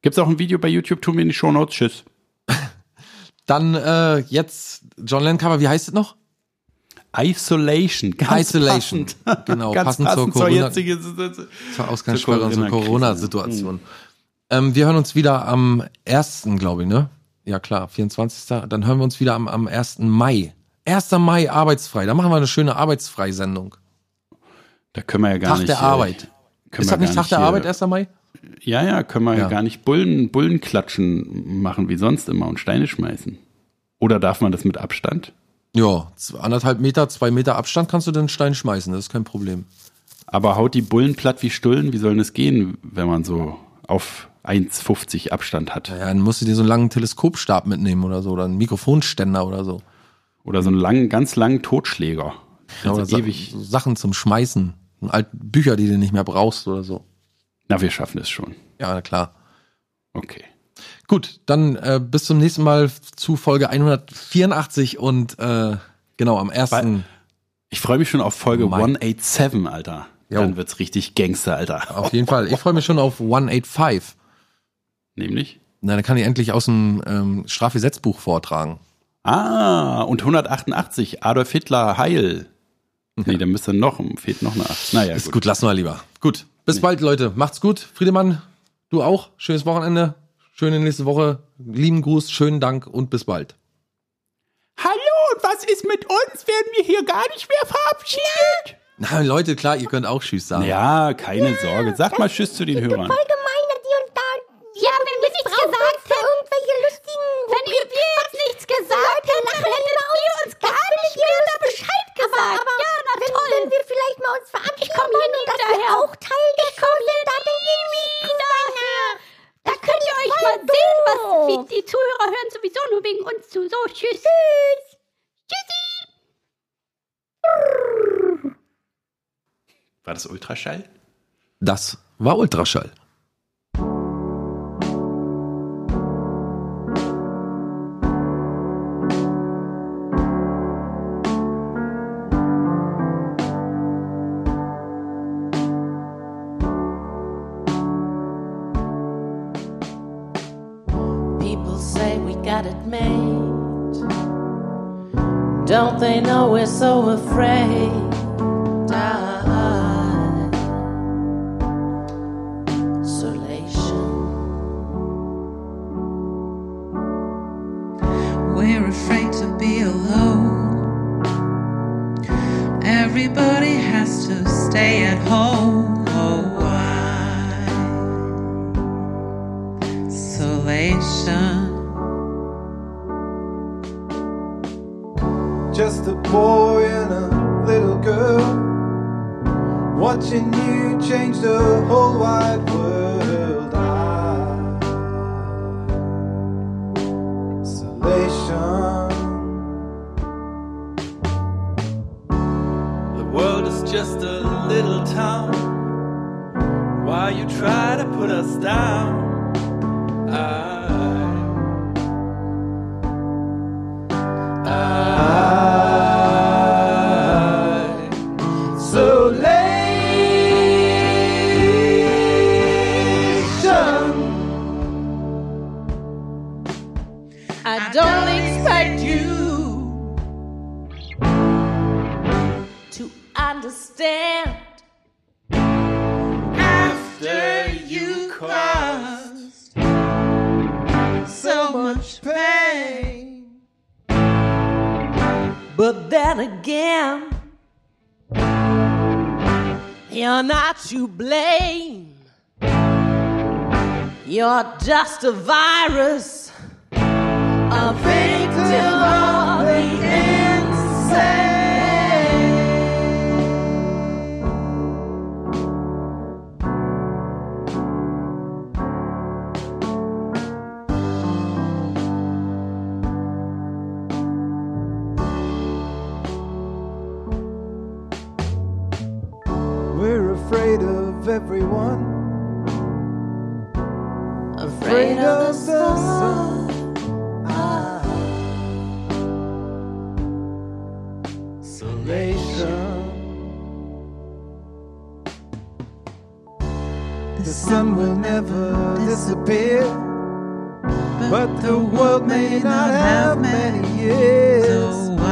[SPEAKER 4] Gibt's auch ein Video bei YouTube, tun wir in die Shownotes. Tschüss.
[SPEAKER 1] dann äh, jetzt John Lennon Cover, wie heißt es noch?
[SPEAKER 4] Isolation. Ganz
[SPEAKER 1] Isolation.
[SPEAKER 4] Passend.
[SPEAKER 1] Genau,
[SPEAKER 4] ganz
[SPEAKER 1] passend
[SPEAKER 4] passend,
[SPEAKER 1] zur
[SPEAKER 4] zur,
[SPEAKER 1] Corona-
[SPEAKER 4] jetzigen Situation.
[SPEAKER 1] zur
[SPEAKER 4] Zur
[SPEAKER 1] Ausgangssperre und zur
[SPEAKER 4] Corona-Krise. Mhm.
[SPEAKER 1] Corona-Situation. Ähm, wir hören uns wieder am 1., glaube ich, ne? Ja klar, 24. Dann hören wir uns wieder am, am 1. Mai. 1. Mai arbeitsfrei. Da machen wir eine schöne arbeitsfreisendung.
[SPEAKER 4] Da können wir ja gar
[SPEAKER 1] Tag
[SPEAKER 4] nicht.
[SPEAKER 1] der
[SPEAKER 4] äh,
[SPEAKER 1] Arbeit.
[SPEAKER 4] Können
[SPEAKER 1] Ist
[SPEAKER 4] wir
[SPEAKER 1] das nicht
[SPEAKER 4] gar
[SPEAKER 1] Tag der
[SPEAKER 4] hier-
[SPEAKER 1] Arbeit, 1. Mai?
[SPEAKER 4] Ja, ja, können wir
[SPEAKER 1] Ja.
[SPEAKER 4] ja. gar nicht Bullen, Bullenklatschen machen wie sonst immer und Steine schmeißen. Oder darf man das mit Abstand?
[SPEAKER 1] Ja, z- anderthalb Meter, zwei Meter Abstand kannst du den Stein schmeißen, das ist kein Problem.
[SPEAKER 4] Aber haut die Bullen platt wie Stullen, wie soll denn das gehen, wenn man so auf 1,50 Abstand hat?
[SPEAKER 1] Ja, dann musst du dir so einen langen Teleskopstab mitnehmen oder so, oder einen Mikrofonständer oder so.
[SPEAKER 4] Oder so einen langen, ganz langen Totschläger.
[SPEAKER 1] oder
[SPEAKER 4] Also
[SPEAKER 1] Sa-
[SPEAKER 4] ewig.
[SPEAKER 1] so Sachen zum Schmeißen. Und alte Bücher, die du nicht mehr brauchst oder so.
[SPEAKER 4] Na, wir schaffen es schon.
[SPEAKER 1] Ja, na klar.
[SPEAKER 4] Okay.
[SPEAKER 1] Gut, dann äh, bis zum nächsten Mal zu Folge 184 und äh, genau am ersten.
[SPEAKER 4] Ich freue mich schon auf Folge
[SPEAKER 1] Mai.
[SPEAKER 4] 187, Alter.
[SPEAKER 1] Oh Jo.
[SPEAKER 4] Dann wird's richtig Gangster, Alter.
[SPEAKER 1] Auf jeden Fall. Ich freue mich schon auf 185.
[SPEAKER 4] Nämlich?
[SPEAKER 1] Na, dann kann ich endlich aus dem ähm, Strafgesetzbuch vortragen.
[SPEAKER 4] Ah, und 188, Adolf Hitler, heil. Nee, dann müsste noch, fehlt noch eine 8. Naja,
[SPEAKER 1] Ist
[SPEAKER 4] gut.
[SPEAKER 1] gut, lassen wir lieber. Gut, bis bald, Leute. Macht's gut. Friedemann, du auch. Schönes Wochenende. Schöne nächste Woche. Lieben Gruß, schönen Dank und bis bald.
[SPEAKER 4] Hallo, und was ist mit uns? Werden wir hier gar nicht mehr verabschiedet?
[SPEAKER 1] Na, Leute, klar, ihr könnt auch Tschüss sagen.
[SPEAKER 4] Ja, keine Sorge. Sag mal Tschüss zu den Hörern.
[SPEAKER 7] Voll gemein, dass die und da.
[SPEAKER 3] Ja, wenn wir nichts gesagt
[SPEAKER 7] hätten. Irgendwelche lustigen.
[SPEAKER 3] Wenn ihr wir jetzt nichts gesagt hätten, hättet ihr uns gar nicht mehr da Bescheid gesagt. ja, na
[SPEAKER 7] wenn,
[SPEAKER 3] toll.
[SPEAKER 7] wenn wir vielleicht mal uns verabschieden
[SPEAKER 3] Ich komm hier
[SPEAKER 7] würden und
[SPEAKER 3] nie
[SPEAKER 7] dass wir
[SPEAKER 3] hinterher.
[SPEAKER 7] auch Teil der
[SPEAKER 3] ich komme
[SPEAKER 7] Show
[SPEAKER 3] hier
[SPEAKER 7] sind, dann bin ich
[SPEAKER 3] nie
[SPEAKER 7] wenigstens
[SPEAKER 3] daher. Da könnt ihr euch
[SPEAKER 7] voll
[SPEAKER 3] mal sehen, was
[SPEAKER 7] doof.
[SPEAKER 3] wie die Zuhörer hören sowieso nur wegen uns zu. So, tschüss.
[SPEAKER 7] Tschüss.
[SPEAKER 3] Tschüssi.
[SPEAKER 4] War das Ultraschall?
[SPEAKER 1] Das war Ultraschall.
[SPEAKER 8] People say we got it made. Don't they know we're so afraid? Ah,
[SPEAKER 9] afraid to be alone. Everybody has to stay at home. Oh, why? Isolation.
[SPEAKER 4] Just a boy and a little girl watching you change the whole wide world. Isolation.
[SPEAKER 10] The world is just a little town. Why you try to put us down? I, I,
[SPEAKER 4] Isolation.
[SPEAKER 8] I don't expect
[SPEAKER 9] you.
[SPEAKER 8] to understand.
[SPEAKER 9] After you caused so much pain.
[SPEAKER 8] But then again, you're not to blame. You're just a virus, a victim of the insane.
[SPEAKER 4] We're afraid of everyone.
[SPEAKER 8] Afraid of the sun.
[SPEAKER 4] Isolation. The sun will never disappear, but the world may not have many years.
[SPEAKER 9] So Oh, why?